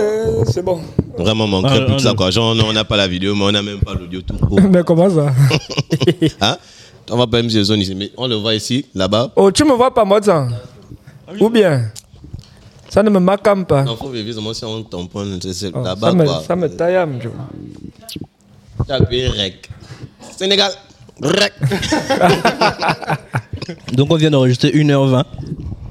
Euh, c'est bon. Vraiment, on manquerait Ah, plus ah, de ça, non. quoi. Genre, on- on n'a pas la vidéo, mais on n'a même pas l'audio tout court. Mais comment ça Hein On va pas même sur zone ici, mais on le voit ici, là-bas. Oh, tu me vois pas, moi, ça Ou bien Ça ne me marque pas. Non, faut vérifier seulement si on tamponne, c'est- c'est Oh, là-bas, ça, me, quoi. ça me taille, am, tu vois. T'as payé rec. Sénégal, rec. Donc on vient d'enregistrer 1h20.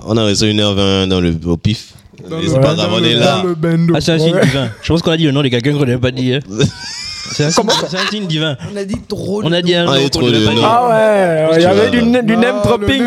On a reçu 1h20 dans le, au pif. Mais c'est pas grave, on est là. bendo. Ah, c'est un signe divin. Je pense qu'on a dit le nom de quelqu'un qu'on n'avait pas dit. hein. C'est un, signe- c'est un signe divin. On a dit trop. On a dit un Ah, il y a nom trop qu'on n'avait de pas dit. noms. Ah ouais, il y avait du, du name dropping.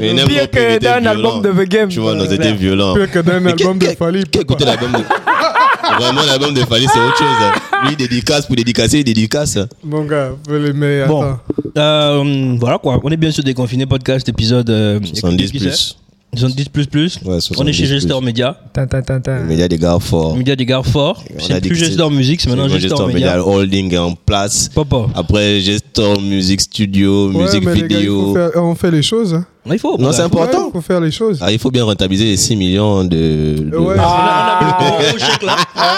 Et euh, n'aime Pire pas qu'il que était d'un violent. album de The Game. Tu vois, nous étions violents. Pire que d'un Mais qui- album de qui- Fally, Qui écoutait l'album de Vraiment, l'album de Fally, c'est autre chose. hein. Lui, il dédicace pour dédicacer, il dédicace. Mon gars, les meilleurs. Bon, Euh, voilà quoi. On est bien sûr déconfiné podcast épisode euh, 70 épisode- plus. 70 plus plus. Ouais, 70 on est chez plus. Gestor Media. Tin, tin, tin, tin. Mais il y a des gars forts. Media des gars forts. On a C'est dit plus que c'est- Gestor Music, c'est maintenant Le Gestor Gestor Media Media. Holding est en place. Papa. Après, Gestor Music Studio, Ouais, Music mais les gars, il faut Vidéo. faire- on fait les choses. hein. Il faut. Non, c'est important. Ouais, important. il faut faire les choses. Ah, il faut bien rentabiliser les 6 millions de. de- Ouais. Ah. Ah,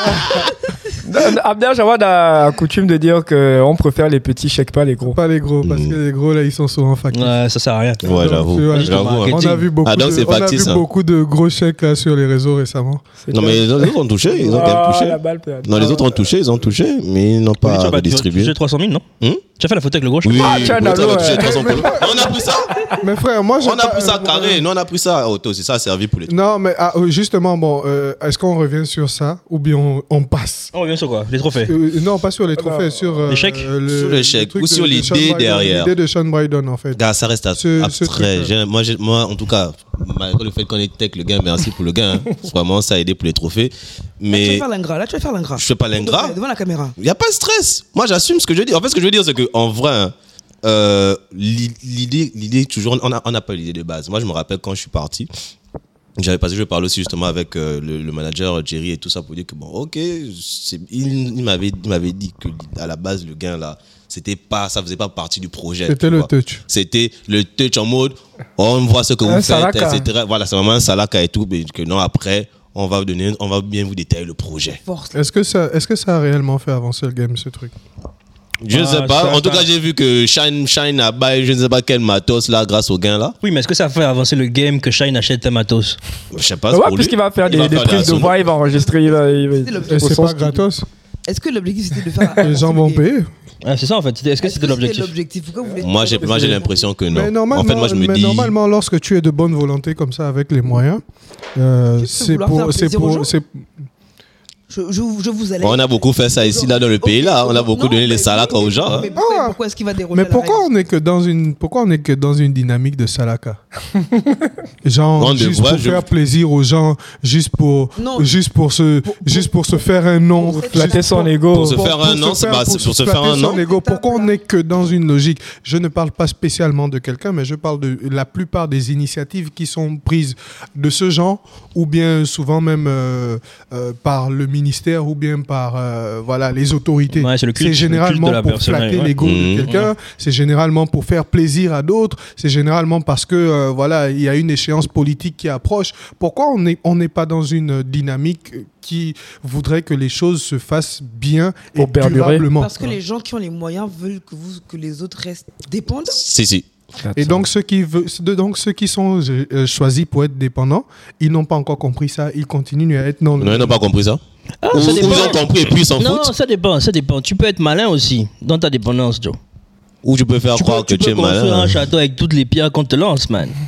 Euh, Abdel Jawad a coutume de dire qu'on préfère les petits chèques, pas les gros. Pas les gros, parce que les gros, là, ils sont souvent factices. Ouais, ça sert à rien. Ouais, Tu vois, j'avoue. J'avoue. hein. On a vu beaucoup, Ah, donc de, c'est on a factice, vu hein. beaucoup de gros chèques là, sur les réseaux récemment. Non, mais les autres ont touché. Ils ont quand même touché. Ah, la balle perdue. Non, les autres ont touché, ils ont touché, mais ils n'ont Oui, tu pas as pas- tu as- redistribué. Tu as 300 000, non Hum Tu as fait la photo avec le gros je Oui, crois. Ah, tiens, l'autre, Nalo, elle a touché ouais. 300 polos. Non, on a pris ça. Mais frère, moi, j'ai On a pas- pris ça euh, carré. Non, on a pris ça auto. C'est ça, servi pour les trucs. Non, mais ah, euh, justement, bon, euh, est-ce qu'on revient sur ça ou bien on, on passe On revient sur quoi Les trophées. Euh, Non, pas sur les trophées, sur euh, Les chèques Ah Sur les chèques truc ou de- sur de l'idée Sean Brydon, derrière. L'idée de Sean Brydon, en fait. Gars, ça reste ab- Ce- ce abstrait. truc-là. J'ai- moi, j'ai- moi, en tout cas, malgré le fait qu'on est tech, le gars, merci pour le gars. hein. Vraiment, ça a aidé pour les trophées. Là, Ah, tu vas Mais faire l'ingrat. Là, tu vas faire l'ingrat. je fais pas l'ingrat. Devant la caméra. Il n'y a pas de stress. Moi, j'assume ce que je dis. En fait, ce que je veux dire, c'est qu'en vrai, hein, euh, l'i- l'idée, l'idée, toujours, on n'a on n'a pas l'idée de base. Moi, je me rappelle quand je suis parti, j'avais passé, je parlais aussi justement avec euh, le, le manager Jerry et tout ça pour dire que bon, ok, c'est- il, il m'avait, il m'avait dit que à la base, le gain là, c'était pas, ça faisait pas partie du projet. C'était tu le vois. touch. C'était le touch en mode, on voit ce que vous Un faites, salaka. etc. Voilà, c'est vraiment un salaka et tout, mais que non, après, on va vous donner, on va bien vous détailler le projet. Force. Est-ce que, ça, est-ce que ça a réellement fait avancer le game, ce truc Je ne Ah, sais pas. ça, En tout ça. cas, j'ai vu que Shine, Shine a bail, je ne sais pas quel matos là, grâce au gain là. Oui, mais est-ce que ça fait avancer le game que Shine achète un matos Je sais pas. Ouais, c'est pour lui. puisqu'il va faire Il des, des faire prises de la sono. voix, il va enregistrer. Il va, il va- C'est l'objectif. Et au c'est sens pas qu'il- gratos Est-ce que l'objectif c'était de faire. Les gens vont payer. Ah, C'est ça en fait. C'était- Est-ce que Est-ce c'était l'objectif Pourquoi vous voulez- Moi, j'ai, moi, j'ai l'impression que non. Mais, normalement, en fait, moi, je me mais dis. normalement, lorsque tu es de bonne volonté comme ça avec les moyens, euh, peux c'est vouloir faire pour, c'est plaisir aux gens. pour, c'est Je, je, je vous allais. On a beaucoup fait ça ici, là, dans le pays, là. On a beaucoup Non, donné les mais- salaks aux gens. hein. Mais pourquoi, Ah. pourquoi est-ce qu'il va déroger Mais la pourquoi règle on est que dans une pourquoi on est que dans une dynamique de salaka Genre Non, de juste vrai, pour je- faire plaisir aux gens, juste pour Non. juste pour se juste pour se faire un nom, pour juste Flatter son ego. Pour se faire un nom, c'est pas- pour c'est pour se flatter faire un son nom. ego. Pourquoi on n'est que dans une logique Je ne parle pas spécialement de quelqu'un, mais je parle de la plupart des initiatives qui sont prises de ce genre, ou bien souvent même euh, euh, par le ministère, ou bien par euh, voilà les autorités. Ouais, c'est le culte- le c'est culte généralement de la pour personne, flatter ouais. l'ego Mhm. de quelqu'un. C'est généralement pour faire plaisir à d'autres. C'est généralement parce que euh, voilà il y a une échéance politique qui approche. Pourquoi on n'est on n'est pas dans une dynamique qui voudrait que les choses se fassent bien et Pour perdurer. durablement. Parce que les gens qui ont les moyens veulent que, vous, que les autres restent dépendants. Si, si. Et donc ceux qui veulent, donc ceux qui sont euh, choisis pour être dépendants, ils n'ont pas encore compris ça. Ils continuent à être non. Non, ils n'ont pas compris ça. Ah, Ou ça ou dépend. ils ont compris et puis ils s'en Non, foutent. ça dépend, ça dépend. Tu peux être malin aussi dans ta dépendance, Joe. Ou tu peux faire tu croire peux, tu que tu peux es construire malin. hein. un château avec toutes les pierres qu'on te lance, man.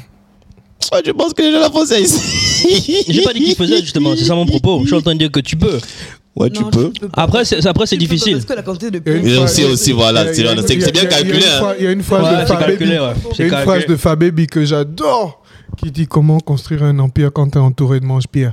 Ouais, je pense que les gens la font ça ici. J'ai pas dit qu'il faisait justement, c'est ça mon propos. Je suis en train de dire que tu peux. Ouais, Non, tu peux. peux pas. Après, c'est après, c'est Tu peux pas difficile. Parce que la quantité de Il y a une Et fois- aussi, aussi, voilà. C'est c'est bien calculé. Il y a une hein. phrase- il y a une phrase Ouais, de c'est Fab calculé, Baby- ouais. il y a C'est une phrase calculé. de Fabébi que j'adore, qui dit comment construire un empire quand t'es entouré de mange-pierre.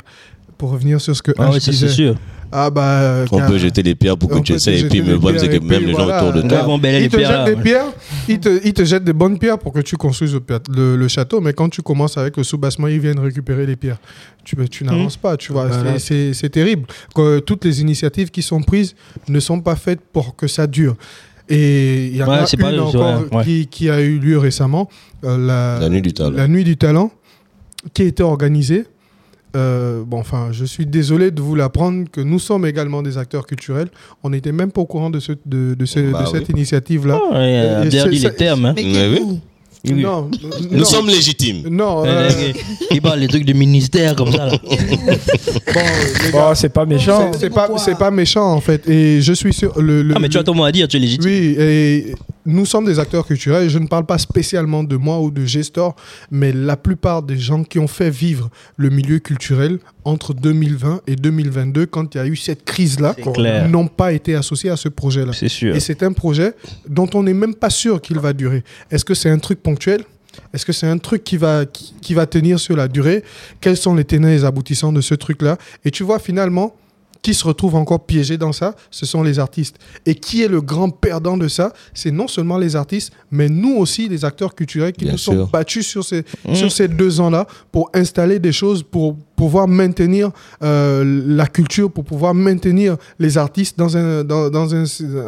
Pour revenir sur ce que Ah H oui, ça c'est disait. sûr. Ah bah. euh, On car- peut jeter les pierres pour que on tu peut essaies. te Et puis, jeter le des problème, c'est que pierres, et même les puis gens voilà. autour de Ouais, toi. bon, ben, les ils te pierres, jettent là, des ouais. pierres, ils te, ils te jettent des bonnes pierres pour que tu construises le, pia- le- le château, mais quand tu commences avec le soubassement, ils viennent récupérer les pierres. Tu, tu n'avances pas, tu vois. c'est- C'est c'est terrible. Que toutes les initiatives qui sont prises ne sont pas faites pour que ça dure. Et il y en Ouais, a c'est une pas- encore ouais, ouais. Qui, qui a eu lieu récemment, euh, la, La nuit du talent. la Nuit du talent, qui a été organisée euh, bon, enfin, je suis désolé de vous l'apprendre que nous sommes également des acteurs culturels. On n'était même pas au courant de, ce, de, de ce- Bah de oui. cette initiative-là. Oh, il a Et bien c'est- dit ça- les termes. hein. Mais Oui, quel oui. goût Oui. Non, Nous non, sommes légitimes. Non, Ouais, euh, ouais, ouais. Il parle des trucs de ministère comme ça. là. bon, les gars, Bon, Oh, c'est pas méchant. c'est- c'est pas, c'est pas méchant en fait. Et je suis sûr. Le, le- Ah, mais tu as ton mot à dire, tu es légitime. Oui, et nous sommes des acteurs culturels. Je ne parle pas spécialement de moi ou de Gestor, mais la plupart des gens qui ont fait vivre le milieu culturel entre 2020 et 2022, quand il y a eu cette crise-là, C'est clair. n'ont pas été associés à ce projet-là. C'est sûr. Et c'est un projet dont on n'est même pas sûr qu'il va durer. Est-ce que c'est un truc ponctuel Est-ce que c'est un truc qui va, qui, qui va tenir sur la durée Quels sont les tenants et les aboutissants de ce truc-là Et tu vois finalement, qui se retrouve encore piégé dans ça Ce sont les artistes. Et qui est le grand perdant de ça C'est non seulement les artistes, mais nous aussi, les acteurs culturels qui Bien nous sûr. sont battus sur ces, Mmh. sur ces deux ans-là pour installer des choses, pour pouvoir maintenir euh, la culture, pour pouvoir maintenir les artistes dans un, dans, dans un,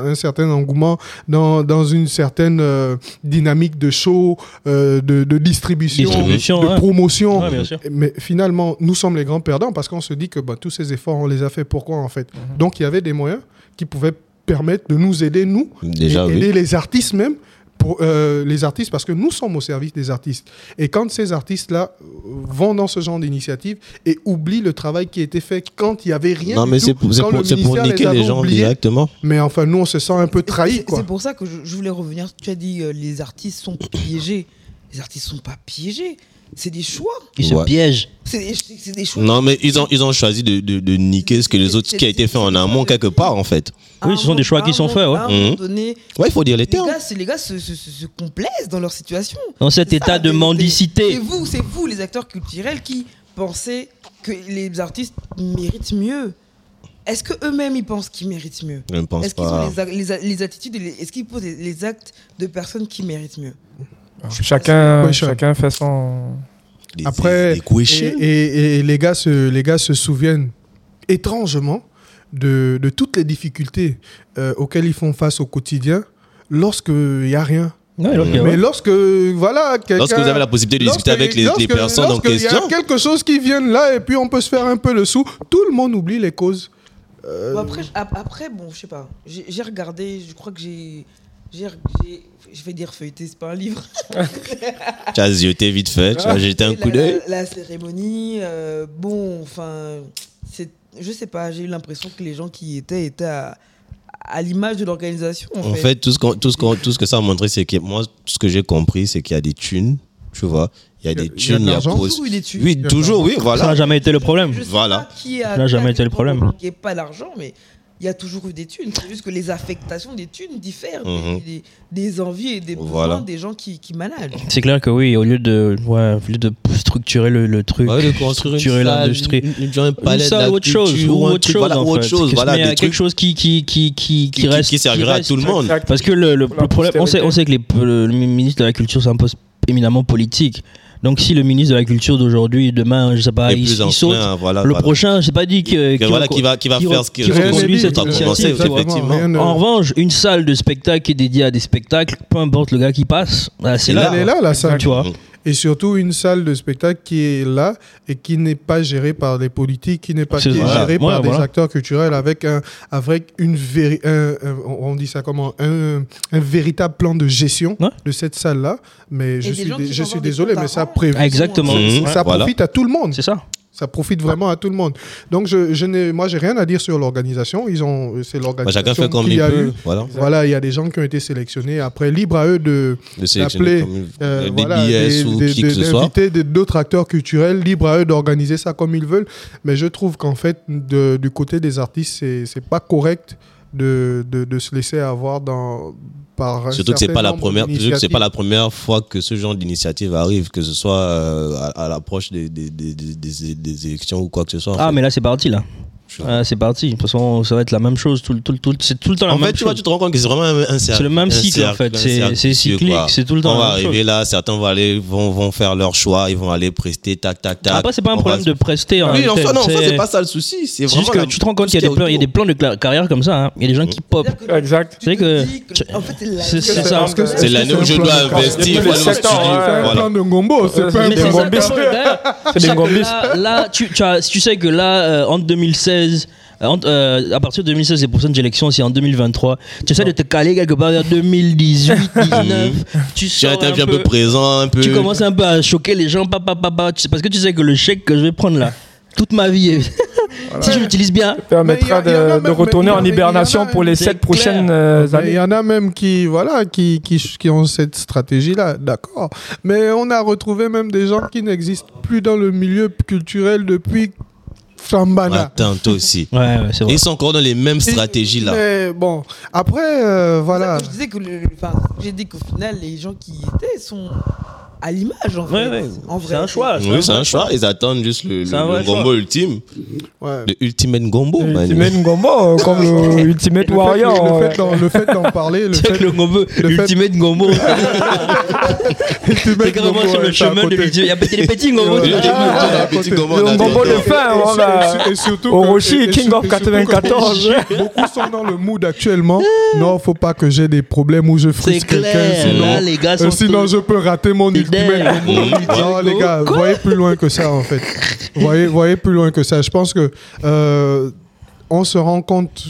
un certain engouement, dans, dans une certaine euh, dynamique de show, euh, de, de distribution, Distribution, de ouais. promotion. Ouais, bien sûr. Mais finalement, nous sommes les grands perdants parce qu'on se dit que bah, tous ces efforts, on les a fait. Pourquoi en fait Mhm. Donc il y avait des moyens qui pouvaient permettre de nous aider, nous, Déjà, et oui. aider les artistes même. Pour, euh, les artistes, parce que nous sommes au service des artistes. Et quand ces artistes-là euh, vont dans ce genre d'initiative et oublient le travail qui a été fait quand il n'y avait rien. Non, du mais tout, c'est pour, c'est quand pour- le c'est pour ministère niquer avait les gens oubliés. directement. Mais enfin, nous, on se sent un peu C'est- trahis, quoi. C'est pour ça que je, je voulais revenir. Tu as dit euh, les artistes sont piégés. Les artistes sont pas piégés. C'est des choix. Il se Ouais. piège. C'est des, c'est des choix. Non, mais ils ont, ils ont choisi de, de, de niquer ce que les autres, ce qui a été fait en amont quelque part, en fait. À Oui, un ce sont des choix moment- qui sont faits, ouais. À un moment Mhm. donné, Ouais, il faut dire les les termes. gars, se- les gars se, se- se- se complaisent dans leur situation. Dans cet C'est ça, état la de vérité. C'est mendicité. vous, c'est vous, les acteurs culturels, qui pensez que les artistes méritent mieux. Est-ce que eux-mêmes ils pensent qu'ils méritent mieux Je ne pense Est-ce qu'ils ont pas. les, a- les a- les attitudes, et les- est-ce qu'ils posent les, les actes de personnes qui méritent mieux Hein. Chacun, Question. chacun fait son. Les- Après, les- les couéchés. Et, et- et les, gars se, les gars se souviennent étrangement de, de toutes les difficultés euh, auxquelles ils font face au quotidien lorsqu'il n'y a rien. Ouais, alors que- Mais lorsque, voilà, quelqu'un... Lorsque vous avez la possibilité de discuter Lorsque- avec les, les lorsque- personnes en lorsque question, Il y a quelque chose qui vient de là et puis on peut se faire un peu le sou. Tout le monde oublie les causes. Euh, Bon, après, j- ap- après, bon, je sais pas. J'ai j'ai regardé, je crois que j'ai. j'ai re- j'ai- Je vais dire feuilleté, c'est pas un livre. tu as zioté vite fait, tu as jeté un La- coup d'œil. La, la cérémonie, euh, bon, enfin, c'est, je sais pas, j'ai eu l'impression que les gens qui y étaient étaient à, à l'image de l'organisation. En, En fait, tout ce, qu'on- tout, ce qu'on- tout ce que ça a montré, c'est que moi, tout ce que j'ai compris, c'est qu'il y a des thunes, tu vois. Il y a Il y a- des il y a de thunes, il y a l'argent. pos- toujours eu des tues. Oui, y a toujours, oui, Ça voilà. n'a jamais été le problème. Je sais Voilà. pas qui a Ça n'a jamais été le problème. Qui pas l'argent, mais il y a toujours eu des thunes. C'est juste que les affectations des thunes diffèrent des- Mhm. des, des envies et des besoins Voilà. des gens qui, qui managent. C'est clair que oui, au lieu de, ouais, au lieu de structurer le, le truc, Ouais, de construire structurer l'industrie. un Une palais de salle la ou autre chose, culture, ou un autre truc, chose, voilà, en autre fait. chose, Que- voilà, mais, euh, des quelque trucs chose qui, qui, qui, qui, qui, reste. qui servira à reste. tout le monde. Exact. Parce que le, le- Pour le la problème, on sait, postérité. on sait que les- le, le ministre de la Culture, c'est un poste éminemment politique. Donc si le ministre de la Culture d'aujourd'hui, demain, je sais pas, Et il, plus il saute, enclin, voilà, le voilà. prochain, je sais pas dit que, Que qu'il voilà, va- qui va, qui va qui faire re- ce que qui ce qu'on- reconduit ce cette qu'on a commencé, initiative, tu vois. effectivement. Rien ne- En revanche, une salle de spectacle qui est dédiée à des spectacles, peu importe le gars qui passe, bah, c'est Et là. Elle est là, la salle. Tu vois. bah, Et surtout, une salle de spectacle qui est là et qui n'est pas gérée par des politiques, qui n'est pas C'est- qui est voilà, gérée voilà, par des voilà. acteurs culturels avec un, avec une véri- un- un- on dit ça comment, un, un véritable plan de gestion Ouais. de cette salle-là. Mais je des suis, gens dé- qui je vont suis avoir des désolé, comptes mais à ça rendre. prévu. Exactement. Mhm. Ça Voilà. profite à tout le monde. C'est ça. Ça profite vraiment à tout le monde. Donc, je, je n'ai, moi, j'ai rien à dire sur l'organisation. Ils ont, c'est Bah, l'organisation. Chacun fait comme qu'il il y a peut, eu. voilà. Voilà, il y a des gens qui ont été sélectionnés. Après, libre à eux de, De sélectionner d'appeler, comme il- euh, des voilà, billets des- ou des- qui des- que ce soit. d'inviter des- d'autres acteurs culturels, libre à eux d'organiser ça comme ils veulent. Mais je trouve qu'en fait, de- du côté des artistes, c'est, c'est pas correct de, de, de se laisser avoir dans, par un Surtout que c'est certain pas la nombre première, surtout que c'est d'initiatives. pas la première fois que ce genre d'initiative arrive, que ce soit euh, à, à l'approche des, des, des, des, des- des élections ou quoi que ce soit. en Ah, fait. mais là, c'est parti, là. suis- Ah, c'est parti. De toute façon, ça va être la même chose. Tout, le- tout, le- tout, le- c'est tout le temps la En même fait, tu vois, chose. tu te rends compte que c'est vraiment un, un cercle. c'est le même un cycle, en cercle, fait. un C'est cercle c'est vicieux, cyclique. quoi. C'est tout le temps On va la même chose. arriver là, certains vont aller, vont, vont faire leur choix, ils vont aller prester, tac, tac, tac. Après, c'est pas un On va problème se- de prester. en Oui, en réalité. soi, non, en soi, C'est- c'est pas ça le souci. C'est C'est vraiment. juste que la- tu te rends compte tout qu'il y ce a des plans, il y a des autour. plans de cla- carrière comme ça. hein. Il y a des gens qui pop. C'est-à-dire que Exact. tu te que- dis que- En fait, c'est la C'est- vie. c'est ça. Parce que- C'est l'année où je dois un plan Il y de- a investir, tous faut les aller au studio. secteurs, ouais. C'est un Voilà. plan de Ngombo, c'est Mais pas un c'est Mais Des c'est plan de ça, gombistes. comme- d'ailleurs, Ah, C'est des chaque- gombistes. Là, là, tu, tu as- si tu sais que là, euh, entre 2016, euh, entre, euh, à partir de 2016, les prochaines élections, c'est en 2023. Tu essaies de te caler quelque part vers 2018, 19. Tu tu sors as Ah, été un un peu- peu présent, un peu. Tu commences un peu à choquer les gens, papa, papa, tu sais- parce que tu sais que le chèque que je vais prendre là, toute ma vie, si je l'utilise bien, permettra Mais il y a- il y en a de, de même- retourner mais il y en en a- hibernation il y en a- pour les c'est sept clair. prochaines euh, Mais Il années. y en a même qui, voilà, qui, qui, qui ont cette stratégie-là, d'accord. Mais on a retrouvé même des gens qui n'existent plus dans le milieu culturel depuis Flambana. Attends, toi aussi. ouais, ouais, c'est vrai. Ils sont encore dans les mêmes stratégies là. Mais bon, après, euh, voilà. Je disais que le- le- enfin, j'ai dit qu'au final, les gens qui y étaient sont à l'image en Ouais, fait. ouais. En C'est vrai, un choix. Oui, c'est un choix. Ils attendent juste le, C'est un le, vrai le gombo choix. ultime. Ouais. Le ultimate gombo, man. Ultimate Ngombo, euh, comme le Ultimate Le fait- Warrior. euh, le ouais. fait d'en- le fait d'en parler, le Tu sais fait que le Ngombo, le fait- l'ultimate Ngombo, tu c'est mets carrément Ngombo, sur le ouais, c'est à chemin de côté. l'ultimate. Il y a des petits Ngombo. Le Ouais. ultimate Ah, gombo, ah, la ah, petite côté. gombo, Le on attend. gombo de fin, on va- et surtout que- Orochi, et- et King sur- of et surtout que 94. beaucoup- Beaucoup sont dans le mood actuellement. Non, faut pas que j'ai des problèmes où je C'est frustre quelqu'un. clair, Sinon, là les gars Euh, sont sinon, tous- Ah, je peux rater mon ultimate. Fidèles. Non, les gars, voyez plus loin que ça, en fait. voyez, voyez plus loin que ça. Je pense que euh, on se rend compte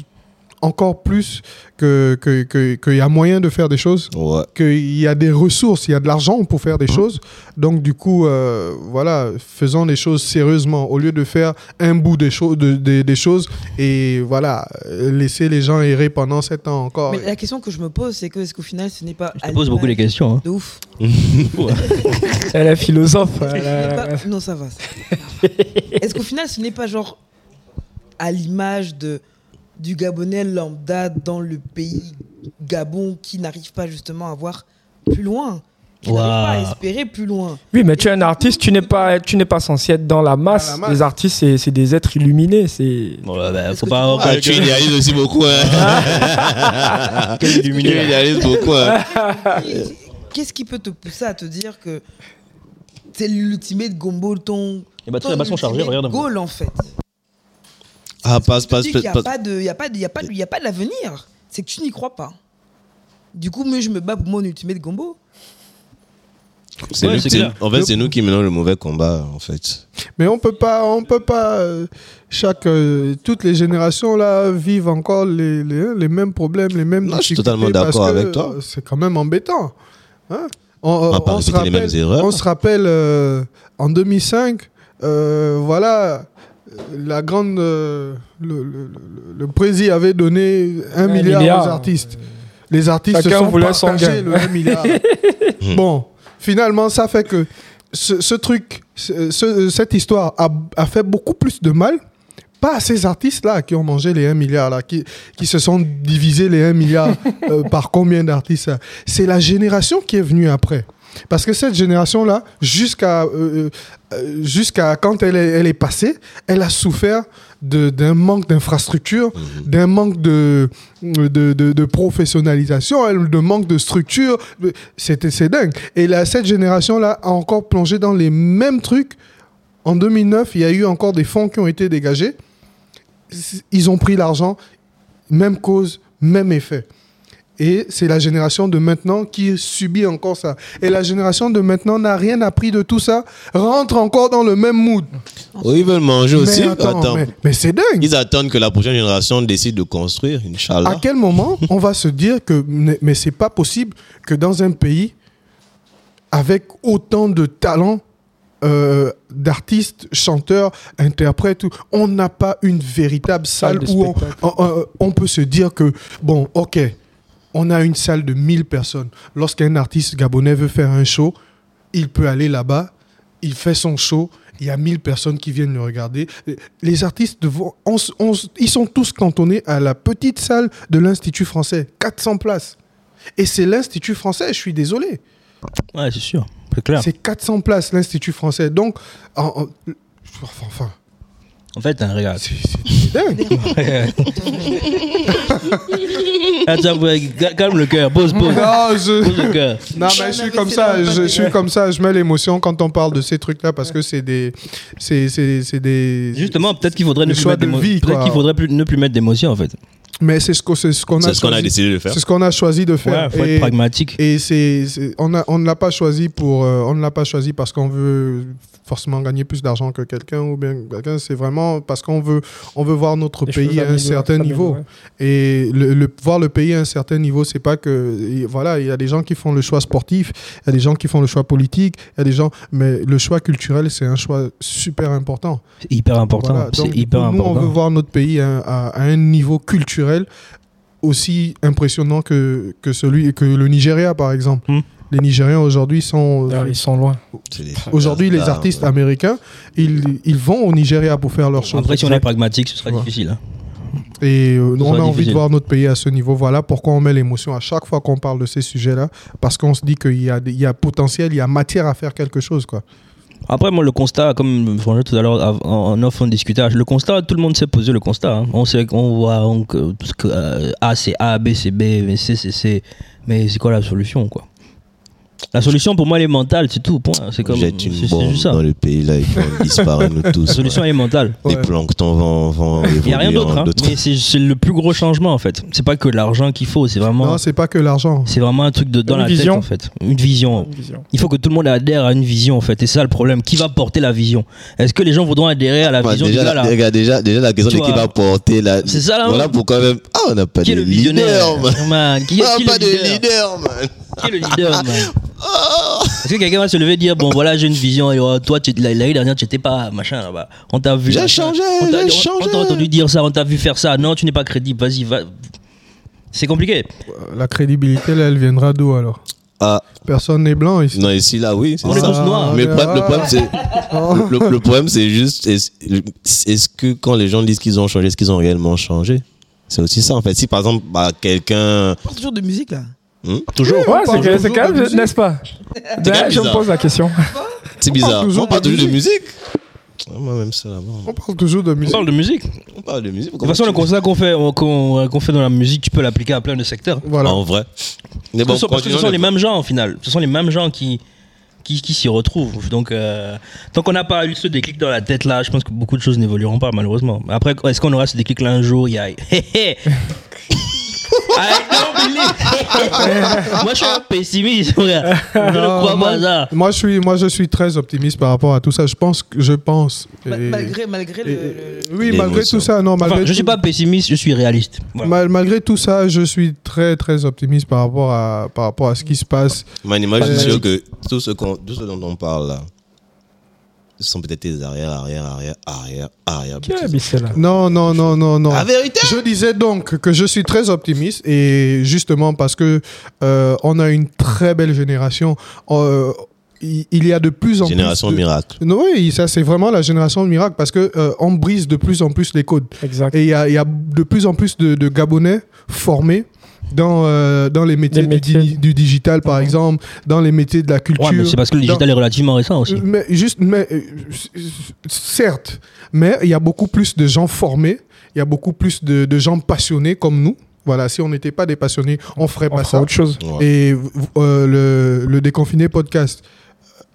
encore plus qu'il que, que, qu'il y a moyen de faire des choses, Ouais. qu'il y a des ressources, il y a de l'argent pour faire des choses. Donc, du coup, euh, voilà, faisons les choses sérieusement au lieu de faire un bout des, choses de- des- des choses et voilà, euh, laisser les gens errer pendant sept ans encore. Mais la question que je me pose, c'est que est-ce qu'au final, ce n'est pas. Je te pose beaucoup les questions. hein. De ouf. Elle est philosophe. Euh, Est-ce que elle ce n'est a- pas- Non, ça va. ça va. Est-ce qu'au final, ce n'est pas genre à l'image de du Gabonais lambda dans le pays Gabon qui n'arrive pas justement à voir plus loin, qui n'arrive pas Waouh. à espérer plus loin. Oui, mais tu es un artiste, tu n'es pas, tu n'es pas censé être dans la masse. Dans la masse. Les artistes, c'est, c'est des êtres illuminés. C'est... Ouais, bah, Est-ce Faut que pas tu avoir Ah, tu idéalises aussi beaucoup, hein. tu idéalises beaucoup, hein. Qu'est-ce qui peut te pousser à te dire que c'est l'ultimate gombo ton Les batteries ton là-bas sont chargées, ultimate regarde. goal en fait. Ah, passe, passe, Il n'y a passe. pas de, il y a pas de, il y a pas, de- il y a pas d'avenir. C'est que tu n'y crois pas. Du coup, moi, je me bats pour mon ultimate gombo. C'est Ouais, nous- c'est c'est- clair. En fait, c'est nous qui menons le mauvais combat, en fait. Mais on peut pas, on peut pas. euh, chaque, euh, toutes les génétions là vivent encore les, les, les mêmes problèmes, les mêmes. Non, je suis difficultés totalement d'accord parce que, avec toi. euh, C'est quand même embêtant. Hein on, va euh, pas on se répéter les rappelle, mêmes erreurs. on se rappelle euh, en 2005, euh, voilà, euh, la grande, euh, le, le, le- le président avait donné un, Un milliard, milliard. aux artistes. Les artistes Chacun se sont voulait son gain. partagés le 1 milliard. bon, finalement, ça fait que ce, ce truc, ce- ce- cette histoire a, a fait beaucoup plus de mal. Pas à ces artistes-là qui ont mangé les 1 milliard, là, qui, qui se sont divisés les 1 milliard euh, par combien d'artistes. là. C'est la génération qui est venue après. Parce que cette génération-là, jusqu'à euh, euh, jusqu'à quand elle est, elle est passée, elle a souffert de- d'un manque d'infrastructure, d'un manque de, de, de- de professionnalisation, elle- de manque de structure. de- C'était c'est dingue. Et là, cette génération-là a encore plongé dans les mêmes trucs. En 2009, il y a eu encore des fonds qui ont été dégagés. S- Ils ont pris l'argent, même cause, même effet. Et c'est la génération de maintenant qui subit encore ça. Et la génération de maintenant n'a rien appris de tout ça, rentre encore dans le même mood. Oh, ils veulent manger aussi. mais attends, Attends. mais- mais c'est dingue. Ils attendent que la prochaine génération décide de construire, À Inch'Allah. quel moment on va se dire que mais mais c'est pas possible que dans un pays avec autant de talents euh, d'artistes, chanteurs, interprètes, on n'a pas une véritable salle Salle de où on, spectacle. on- on- on peut se dire que bon, ok, on a une salle de 1000 personnes. Lorsqu'un artiste gabonais veut faire un show, il peut aller là-bas, il fait son show, il y a 1000 personnes qui viennent le regarder. Les artistes, vont- on s- on s- ils sont tous cantonnés à la petite salle de l'Institut français, 400 places. Et c'est l'Institut français, je suis désolé. Ouais, c'est sûr. C'est clair. C'est 400 places l'Institut français. Donc, en- en- enfin, enfin, En fait, hein, regarde. C'est- C'est dingue. Attends, Ah, ouais, ga- calme le cœur, pose, pose. Non, je- Pose le cœur. Non, Non, mais je mais suis comme c'est ça, normal. je, je suis comme ça, je mets l'émotion quand on parle de ces trucs-là parce que c'est des, c'est, c'est, c'est des. Justement, peut-être qu'il faudrait, ne Le plus choix mettre de d'émo- vie, peut-être quoi. qu'il faudrait plus- ne plus mettre d'émotion en fait. Mais c'est ce qu'on, c'est ce qu'on a. C'est ce qu'on a choisi- décidé de faire. C'est ce qu'on a choisi de Ouais, faire. faut Et- être pragmatique. Et c'est, c'est- on, a, on ne l'a pas choisi pour, euh, on ne l'a pas choisi parce qu'on veut forcément gagner plus d'argent que quelqu'un ou bien quelqu'un. C'est vraiment parce qu'on veut, on veut voir notre Les choses pays à un améliorent, certain niveau. s'améliorent. Et le, le- voir le pays à un certain niveau, c'est pas que, et voilà, il y a des gens qui font le choix sportif, il y a des gens qui font le choix politique, il y a des gens, mais le choix culturel, c'est un choix super important. C'est hyper important. Voilà, donc, C'est du hyper coup, nous, on important. veut voir notre pays à, à- à un niveau culturel aussi impressionnant que, que, celui, que le Nigeria, par exemple. Hmm. Les Nigériens, aujourd'hui, sont... D'ailleurs, Ils sont loin. C'est des- Aujourd'hui, les Ah, artistes ouais. américains, ils, ils vont au Nigeria pour faire leurs choses. Après, si on est pragmatique, ce sera Ouais. difficile. hein. Et euh, Ça on a sera envie de difficile. voir notre pays à ce niveau. Voilà pourquoi on met l'émotion à chaque fois qu'on parle de ces sujets-là, parce qu'on se dit qu'il y a, des- il y a potentiel, il y a matière à faire quelque chose. Quoi. Après, moi, le constat, comme François tout à l'heure, av- en en off, on discutait, ah, le constat, tout le monde s'est posé le constat. hein. On sait qu'on voit on- que, parce que, euh, A, c'est A, B, c'est B, mais C, c'est C. Mais c'est quoi la solution, quoi La solution, pour moi, elle est mentale, c'est tout. point. C'est comme. Jette c'est- une c'est bombe juste ça. dans le pays là et puis on disparaît nous tous. La solution, elle est mentale. Les Ouais. planctons vont, vont Il n'y évoluer a rien en d'autre, hein. d'autres- mais c'est c'est le plus gros changement en fait. C'est pas que l'argent qu'il faut, c'est vraiment, Non, c'est pas que l'argent. c'est vraiment un truc de, dans Une la vision. tête en fait. Une vision. Vision. Il faut que tout le monde adhère à une vision en fait. Et c'est ça le problème. Qui va porter la vision Est-ce que les gens voudront adhérer à la Bah, vision du déjà, gars là les gars, déjà, déjà, la question Tu de qui vois. va porter la. C'est ça, là, Voilà ouais. pourquoi même. Ah, on n'a pas Qui est de le visionnaire leader, man. man Qui Ah, est qui pas le de leader leader, man. Qui est le leader man Ah. Est-ce que quelqu'un va se lever et dire bon voilà j'ai une vision et oh, toi tu- la- l'année dernière tu étais pas machin là-bas on t'a vu J'ai machin. changé, on t'a- j'ai on- changé. on t'a entendu dire ça on t'a vu faire ça non tu n'es pas crédible vas-y va c'est compliqué Euh, La crédibilité, là, elle viendra d'où alors Ah, Personne n'est blanc ici. non, ici, là, oui. c'est On ça. est tous noirs. Mais le Ah, problème, le ah, problème, c'est. ah. Le, le problème, c'est juste, est-ce est-ce que quand les gens disent qu'ils ont changé, est-ce qu'ils ont réellement changé C'est aussi ça, en fait. Si, par exemple, bah, quelqu'un... hmm? On parle toujours de musique là. Toujours Ouais, c'est parle que- c'est toujours quand de même, musique. n'est-ce pas bizarre. Là, je me pose la question. C'est bizarre. toujours On parle de toujours de musique Ah, Moi-même, ça, là-bas. On parle toujours de on musique. parle de musique On parle de musique. De toute façon, le constat qu'on fait, on- qu'on qu'on fait dans la musique, tu peux l'appliquer à plein de secteurs. Voilà. En vrai. Mais Ce sont- parce que ce continuons sont les de- mêmes gens, au final. Ce sont les mêmes gens qui, qui, qui s'y retrouvent. Donc, euh, tant qu'on n'a pas eu ce déclic dans la tête, là, je pense que beaucoup de choses n'évolueront pas, malheureusement. Après, est-ce qu'on aura ce déclic là un jour Il y a. Hé, hé. Ah, I don't believe- Moi, je suis un pessimiste, frère. Je ne Non, crois moi, pas à ça. moi, je suis, moi, je suis très optimiste par rapport à tout ça. Je pense que je pense. Ma- et- Malgré, malgré le- et- le. oui, Les malgré émotions. tout ça, non, malgré Enfin, je tout- suis pas pessimiste, je suis réaliste. Voilà. mal- malgré tout ça, je suis très très optimiste par rapport à par rapport à ce qui se passe. Man, moi, je Euh, suis sûr que tout ce, qu'on- tout ce dont on parle, là, ce sont peut-être tes arrières, arrière, arrière, arrière, arrière. Qui a habité là Non, non, non, non, non. La vérité Je disais donc que je suis très optimiste et justement parce que euh, on a une très belle génération. Euh, il il y a de plus en Génération plus. de- miracle. Non, oui, ça c'est vraiment la génération de miracle parce que euh, on brise de plus en plus les codes. Exact. Et il y a, il y a de plus en plus de, de Gabonais formés dans, euh, dans les métiers, Les du di- métiers. Du, digital, par exemple, dans les métiers de la culture. Ouais, mais c'est parce que le dans- digital est relativement récent aussi. mais juste, mais, euh, certes, mais il y a beaucoup plus de gens formés, il y a beaucoup plus de, de gens passionnés comme nous. Voilà, si on n'était pas des passionnés, on ferait On pas fera ça. autre chose. Ouais. Et euh, le, le déconfiné podcast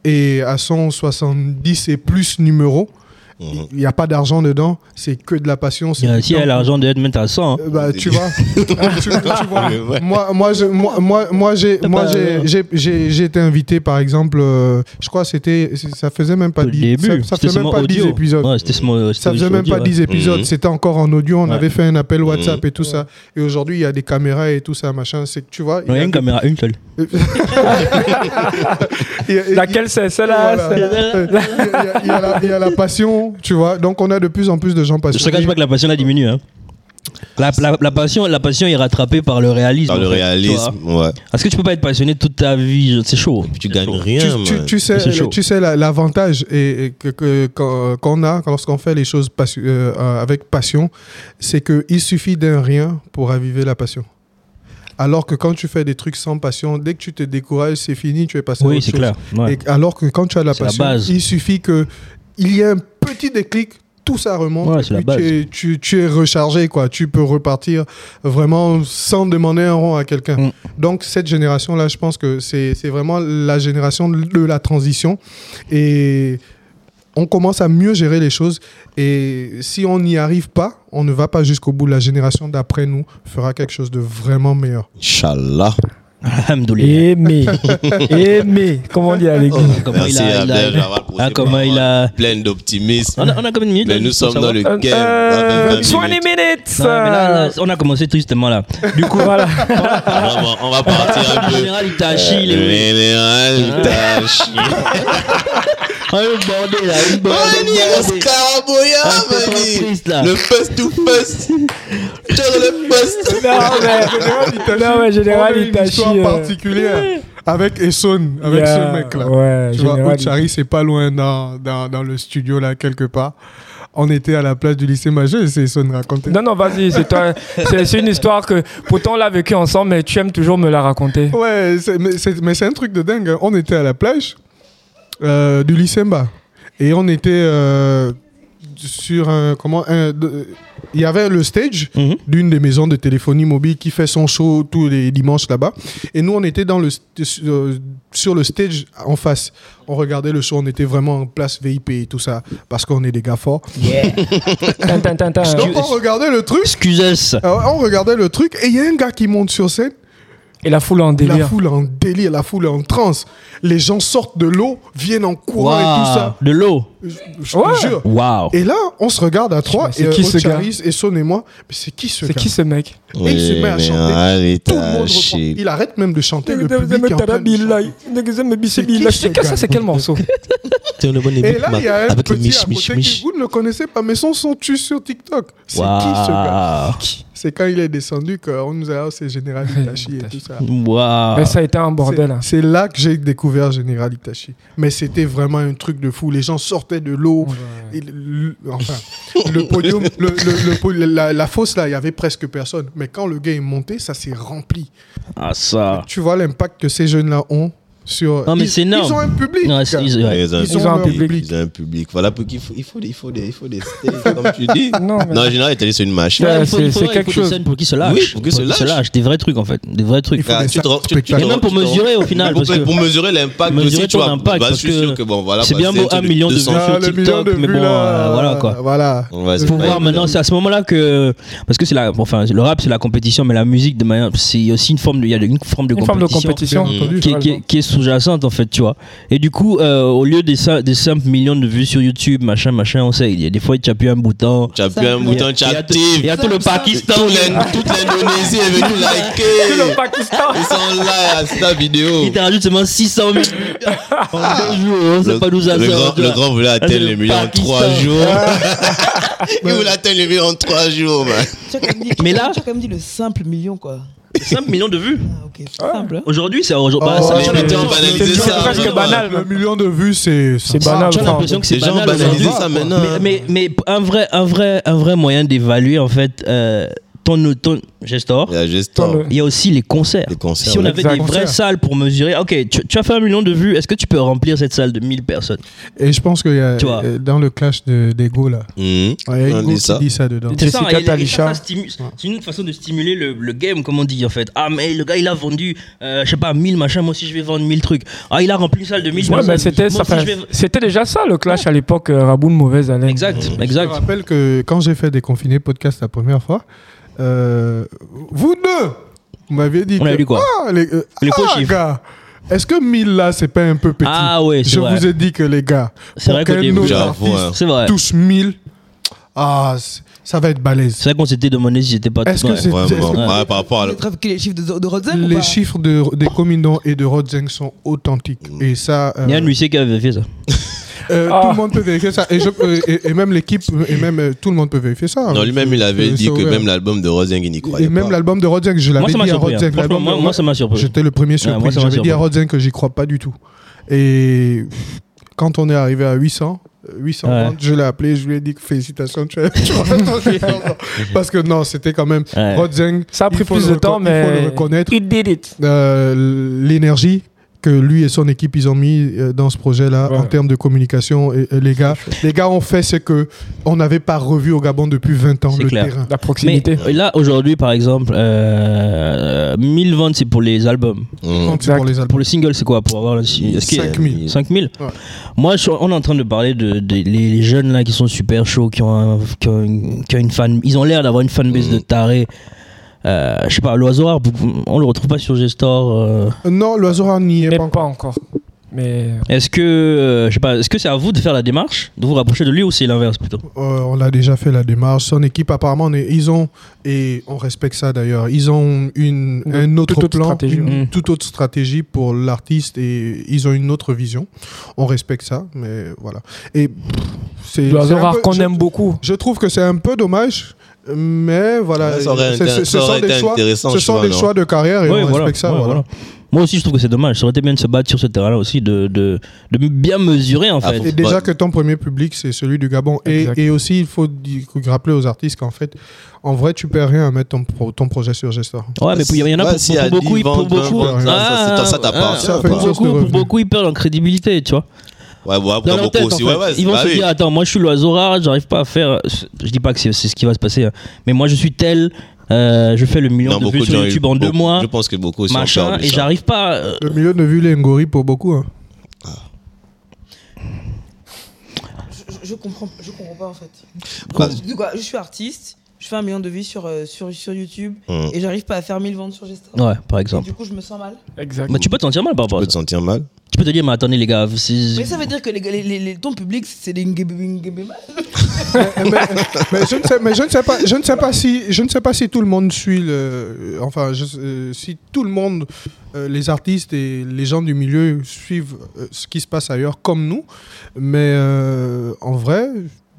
est à 170 et plus numéros. Mhm. Il n'y a pas d'argent dedans, c'est que de la passion. c'est Euh, du Si elle a temps. l'argent de mettre à 100, hein. Euh, Bah, tu vois, Tu- tu vois. Ah, Mais ouais. moi, moi, je- moi, moi, moi, j'ai, T'as moi, pas- j'ai, j'ai, j'ai- j'ai été invité, par exemple, euh, je crois que c'était, c'est- ça faisait même pas au 10 début, ça, ça c'était faisait même seulement pas audio. 10 épisodes. Ouais, c'était seulement- euh, Ça c'était faisait même audio, pas ouais. 10 épisodes, Mhm. c'était encore en audio, on Ouais. Mhm. avait fait un appel WhatsApp et tout ça. Et aujourd'hui, il y a des caméras et tout ça, machin. C'est que tu vois. il y Non, il y a a une des- caméra, une seule. il y a- il y a- Laquelle c'est Celle-là voilà. celle-là Il y a- il y a la- il y a la passion, tu vois. Donc, on a de plus en plus de gens Je te passionnés. cache pas que la passion a diminué. Hein. La, la- la passion, la passion est rattrapée par le réalisme. Par le en fait, hein. tu réalisme, vois. ouais. Parce que tu peux pas être passionné toute ta vie, je- c'est chaud. Tu gagnes Tu- rien, tu, man. tu sais, C'est chaud. tu sais la- l'avantage et, et que- que- qu'on qu'on a lorsqu'on fait les choses passion- euh, euh, avec passion, c'est qu'il suffit d'un rien pour raviver la passion. Alors que quand tu fais des trucs sans passion, dès que tu te décourages, c'est fini, tu es passé à Oui, autre c'est chose. clair. ouais. Et alors que quand tu as de la C'est la passion, base. il suffit que il y ait un petit déclic, tout ça remonte. Ouais, et c'est la puis base. Tu, es, tu- tu es rechargé, quoi. Tu peux repartir vraiment sans demander un rond à quelqu'un. Mm. Donc, cette génération-là, je pense que c'est c'est vraiment la génération de la transition. Et on commence à mieux gérer les choses. Et si on n'y arrive pas, on ne va pas jusqu'au bout. La génération d'après nous fera quelque chose de vraiment meilleur. Inch'Allah. Alhamdoulilah. Ah, Aimer. Aimer. Comment on dit à l'église Comment Merci il a- il a- Abdel Jawad pour Ah, ces comment paroles il a. Plein d'optimisme. On a, on a combien de minutes Mais là, nous juste pour sommes dans savoir le game. Euh, 20 minutes. Non, mais là, là, on a commencé tristement là. Du coup, Voilà. Vraiment, on va partir un en peu. Euh, général, il t'a chié, il est- Général Tachi. Ah, une bordée là, une bordée. Oh, une Niggas bordée. Caraboya, Ah, c'est trop vas-y. triste, là. Le first to first. Genre le first. Non, mais. Non, mais Général On a une Itachi, histoire euh, particulière avec Esson, avec il y a- ce mec-là. Ouais, Tu vois, Général. Ochari, c'est pas loin dans, dans, dans le studio, là, quelque part. On était à la place du lycée majeur et c'est Esson racontait. Non, non, vas-y, c'est toi. C'est c'est une histoire que. Pourtant, on l'a vécue ensemble, mais tu aimes toujours me la raconter. Ouais, c'est- mais c'est mais c'est un truc de dingue. hein. On était à la plage euh, du Lycemba et on était euh, sur un comment un- de- il y avait le stage Mhm. d'une des maisons de téléphonie mobile qui fait son show tous les dimanches là-bas et nous on était dans le st- sur- sur le stage en face. On regardait le show, on était vraiment en place VIP et tout ça parce qu'on est des gars forts. Tin, tin, tin, tin. Donc on regardait le truc, Excusez. euh, on regardait le truc et il y a un gars qui monte sur scène Et la foule en La délire. foule est en délire, la foule est en transe. Les gens sortent de l'eau, viennent en courant et tout Waouh. ça. De l'eau. Je- Je Ouais. te jure. Waouh. Et là, on se regarde à trois, c'est et qui ce Charis, et Son et moi. Mais c'est qui ce gars C'est qui ce mec Et il se met Général à chanter. Tout le monde reprend. Itachi. Il arrête même de chanter. Le public est en train de chanter. C'est qui ce C'est que ça, gars c'est quel morceau Et là, il y a un Avec le petit mich, à côté mich, qui, mich. vous ne le connaissez pas, mais son son tue sur TikTok. C'est qui ce gars Waouh. C'est quand il est descendu qu'on nous a dit, oh, c'est Général Itachi et tout ça. Waouh. Mais ça a été un bordel. hein. Ah. C'est c'est là que j'ai découvert Général Itachi. Mais c'était vraiment un truc de fou. Les gens sortaient de l'eau. Et le- le- Enfin, le podium, le- le- le po- la, la fosse là, il y avait presque personne. Mais quand le gars est monté, ça s'est rempli. Ah, ça. Tu vois l'impact que ces jeunes là ont sur. Non, mais Ils- c'est énorme. Ils ont un public. Non, c'est- gars. ils- ouais. Ils ont un public. Ils ont un public. Voilà pour qu'il faut, il faut des, il faut des, il faut des stages, comme tu dis. Non, mais- Non, en général, Itachi, c'est une machine. Ouais, Ouais, il faut- c'est- il faut- c'est il faut quelque des chose. scènes pour qu'ils se lâchent. Oui, pour qu'ils se lâchent. Des vrais trucs en fait. Des vrais trucs. Il faut Ah, des tu te rends- tu- tu te spectacles. rends- Et même pour tu te rends- mesurer au final. Pour, parce que- pour mesurer l'impact mesurer aussi, tu ton vois. impact, bah, je parce suis sûr que que bon, voilà. c'est bah, bien beau, un un truc million de 200. vues. Ah, sur le TikTok, million de mais vues, bon, là, euh, voilà, quoi. Voilà. On va- c'est Pour pas voir évident. maintenant, c'est à ce moment-là que parce que c'est la, enfin le rap c'est la compétition, mais la musique de manière, c'est aussi une forme de, il y a une forme de Une forme de compétition. compétition. bien entendu. qui est, qui est- qui est sous-jacente en fait tu vois et du coup euh, au lieu des, sim- des simples millions de vues sur YouTube machin machin on sait il y a des fois tu appuies un bouton Tu as pu un bouton, tu il y a tout- il y actives. a tout le Pakistan Tout l'In- Toute l'Indonésie est venue liker. Pakistan. Ils sont là à cette vidéo. il te rajoute seulement 600 000 en deux jours on sait pas d'où ça le sort grand, tu le vois. grand voulait Ah, c'est atteindre les le millions en Pakistan. Ah. trois jours. Il voulait atteindre les millions en trois jours, man. Tu as quand même dit- Mais là- tu as quand même dit le simple million, quoi. 5 millions de vues Ah, ok, c'est simple. hein. aujourd'hui c'est aujourd'hui bah, Oh, ça- mais j'ai les gens banalisent j'ai ça, presque vraiment. banal. Le million de vues, c'est. C'est banal. j'ai enfin. l'impression que c'est Les gens banal aujourd'hui. banalisent ça maintenant. hein. Mais, mais, mais un, vrai, un, vrai, un vrai moyen d'évaluer en fait euh, ton, ton gestor, Il y a juste Dans temps. le- il y a aussi les concerts. Les concerts. Si on ouais. avait Exact. des vraies Concerts. salles pour mesurer, ok, tu, tu as fait un million de vues, est-ce que tu peux remplir cette salle de 1000 personnes Et je pense qu'il y a. Tu vois. euh, Dans le clash de- des go là. Mhm. Ouais, Il y a On une go dit ça. qui dit ça dedans. Jessica et- et Talisha. ça stimule- C'est une autre façon de stimuler le, le game, comme on dit en fait. Ah, mais le gars il a vendu, euh, je sais pas, 1000 machins, moi aussi je vais vendre 1000 trucs. Ah, il a rempli une salle de 1000 Ouais, bah, personnes. mais c'était moi ça, aussi, enfin, je vais- c'était déjà ça le clash à l'époque euh, Raboun mauvaise haleine. Exact, Je exact. te rappelle que quand j'ai fait Déconfiné podcast la première fois, euh, vous deux, vous m'aviez dit. On que- a dit quoi Ah, les, euh, Les faux ah, chiffres. gars, est-ce que 1000 là, c'est pas un peu petit Ah ouais, c'est Je vrai. vous ai dit que les gars, C'est pour vrai qu'au qu'un début, autre j'avoue, hein. artiste C'est vrai. touche 1000, ah, c- ça va être balèze. C'est vrai qu'on s'était demandé si j'étais pas Est-ce que Ouais. c'est- Vraiment. est-ce Ouais, par rapport à Tu le- trafiqué les chiffres de, de Rodzen ou Les pas chiffres de, des communants et de Rodzeng sont authentiques. Et ça, euh, Mm. Il y a un huissier qui avait fait ça. euh, Ah. tout le monde peut vérifier ça. Et, je- euh, et- et même l'équipe, et même euh, tout le monde peut vérifier ça. Non, lui-même, il avait Euh, dit c'est que ouvert. même l'album de Rosin, il n'y croyait Et même pas. l'album de Rodzeng, je Moi l'avais ça m'a dit à surpris. hein. Rodzeng. Franchement, l'album moi, de- moi, ça m'a surpris. J'étais le premier Ouais, moi, surpris. ça m'a J'avais dit à surpris. Rodzeng que j'y crois pas du tout. Et pff, quand on est arrivé à 800, euh, 820, Ouais. je l'ai appelé, je lui ai dit que félicitations, tu as- tu as attendu. Parce que non, c'était quand même Ouais. Rodzeng. Ça a il pris faut plus le de temps, reco- Il faut le mais reconnaître, it did it. euh, l'énergie que que lui et son équipe ils ont mis euh, dans ce projet-là Ouais. en termes de communication. Et, et les gars, les gars ont fait ce que on n'avait pas revu au Gabon depuis 20 ans C'est le clair. terrain. La Mais proximité. là, aujourd'hui, par exemple, euh, 1000 ventes, c'est pour les albums. Mmh. Tant pis pour les Pour albums. le single, c'est quoi Pour avoir le- est-ce qu'il y a- 5000. 5000 Ouais. Moi, je- on est en train de parler de, de- les, les jeunes là qui sont super chauds, qui ont, un- qui ont une, qui ont une fan. Ils ont l'air d'avoir une Mm. fanbase de tarés. Euh, je sais pas, l'oiseau rare, on le retrouve pas sur Gestor. euh. Non, l'oiseau Rare n'y est Mais pas pas, encore. encore. Mais Est-ce que, euh, je sais pas, est-ce que c'est à vous de faire la démarche, de vous rapprocher de lui ou c'est l'inverse plutôt Euh, on l'a déjà fait la démarche. Son équipe apparemment, on est- ils ont et on respecte ça d'ailleurs. Ils ont une, Une un autre toute autre plan, stratégie. une Mm. toute autre stratégie pour l'artiste et ils ont une autre vision. On respecte ça, mais voilà. Et pff, c'est c'est l'oiseau un rare peu- qu'on je- aime beaucoup. Je trouve que c'est un peu dommage, mais voilà. Ça aurait C'est- été- c'est- ça aurait été intéressant, Ce je sont vois, des non choix de carrière et Ouais, on respecte ça. ouais, voilà. Moi aussi, je trouve que c'est dommage. Ça aurait été bien de se battre sur ce terrain-là aussi, de, de, de bien mesurer en Ah, fait. faut- Et déjà Ouais. que ton premier public, c'est celui du Gabon. Et, Exact. et aussi, il faut di- rappeler aux artistes qu'en fait, en vrai, tu perds rien à mettre ton, pro- ton projet sur Gestor. Ouais, mais il y en a Ouais, pour, si pour à beaucoup, 10, ils- pour 20, beaucoup, Ah, 20, ça, c'est- ça t'appartient, Ça fait pour une source de beaucoup, pour revenus. beaucoup, ils perdent en crédibilité, tu vois. Ouais, ouais, Dans après leur beaucoup tête, aussi. en fait. Ouais, ouais, ils vont bah se oui. dire attends moi je suis l'oiseau rare j'arrive pas à faire je dis pas que c'est c'est ce qui va se passer hein. mais moi je suis tel euh, je fais le million Non, de beaucoup vues sur gens, YouTube ils- en deux beaucoup- mois Je pense que beaucoup aussi. ont machin perdu et ça. j'arrive pas euh, Le milieu de vue, les Ngori, pour beaucoup. hein. Je, je- je comprends, je comprends pas en fait. Bah, De quoi, je suis artiste, je fais un million de vues sur, euh, sur, sur YouTube Mmh. et j'arrive pas à faire 1000 ventes sur Gestor. ouais par Et exemple Du coup, je me sens mal. Exact. mais tu peux t'en tirer mal par Tu rapport à peux te ça. sentir mal. tu peux te dire mais attendez les gars c'est- Mais ça veut dire que les, gars- les, les- les- ton public, c'est des ngébé- ngébé mal. Ah, mais, je ne sais, mais je ne sais pas, je ne sais pas si, je ne sais pas si tout le monde suit le, enfin, je- euh, si tout le monde, euh, les artistes et les gens du milieu suivent euh, ce qui se passe ailleurs comme nous, mais euh, en vrai,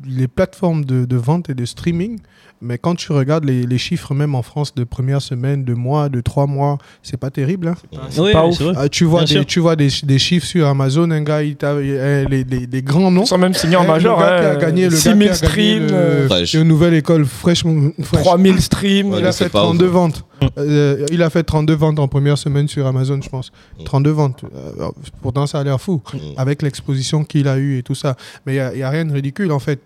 les plateformes de, de vente et de streaming. Mais quand tu regardes les, les chiffres, même en France, de première semaine, de mois, de trois mois, c'est pas terrible. hein. oui pas oui, ouf. c'est vrai Ah, tu vois, Bien des, sûr. tu vois des, des chiffres sur Amazon, un gars, il t'a- eh, les, les- les grands noms. Sans même signer en Eh, major. le gars qui a hein, gagné, le 6000 gars qui a gagné streams, le- euh, Fresh. une nouvelle école fraîchement. fraîche. 3000 streams. Ouais. Il a c'est fait pas 32 ouf. ventes. Euh, il a fait 32 ventes en première semaine sur Amazon, je pense. Mm. 32 ventes. Euh, alors, pourtant, ça a l'air fou avec l'exposition qu'il a eue et tout ça. Mais il n'y a, rien de ridicule en fait.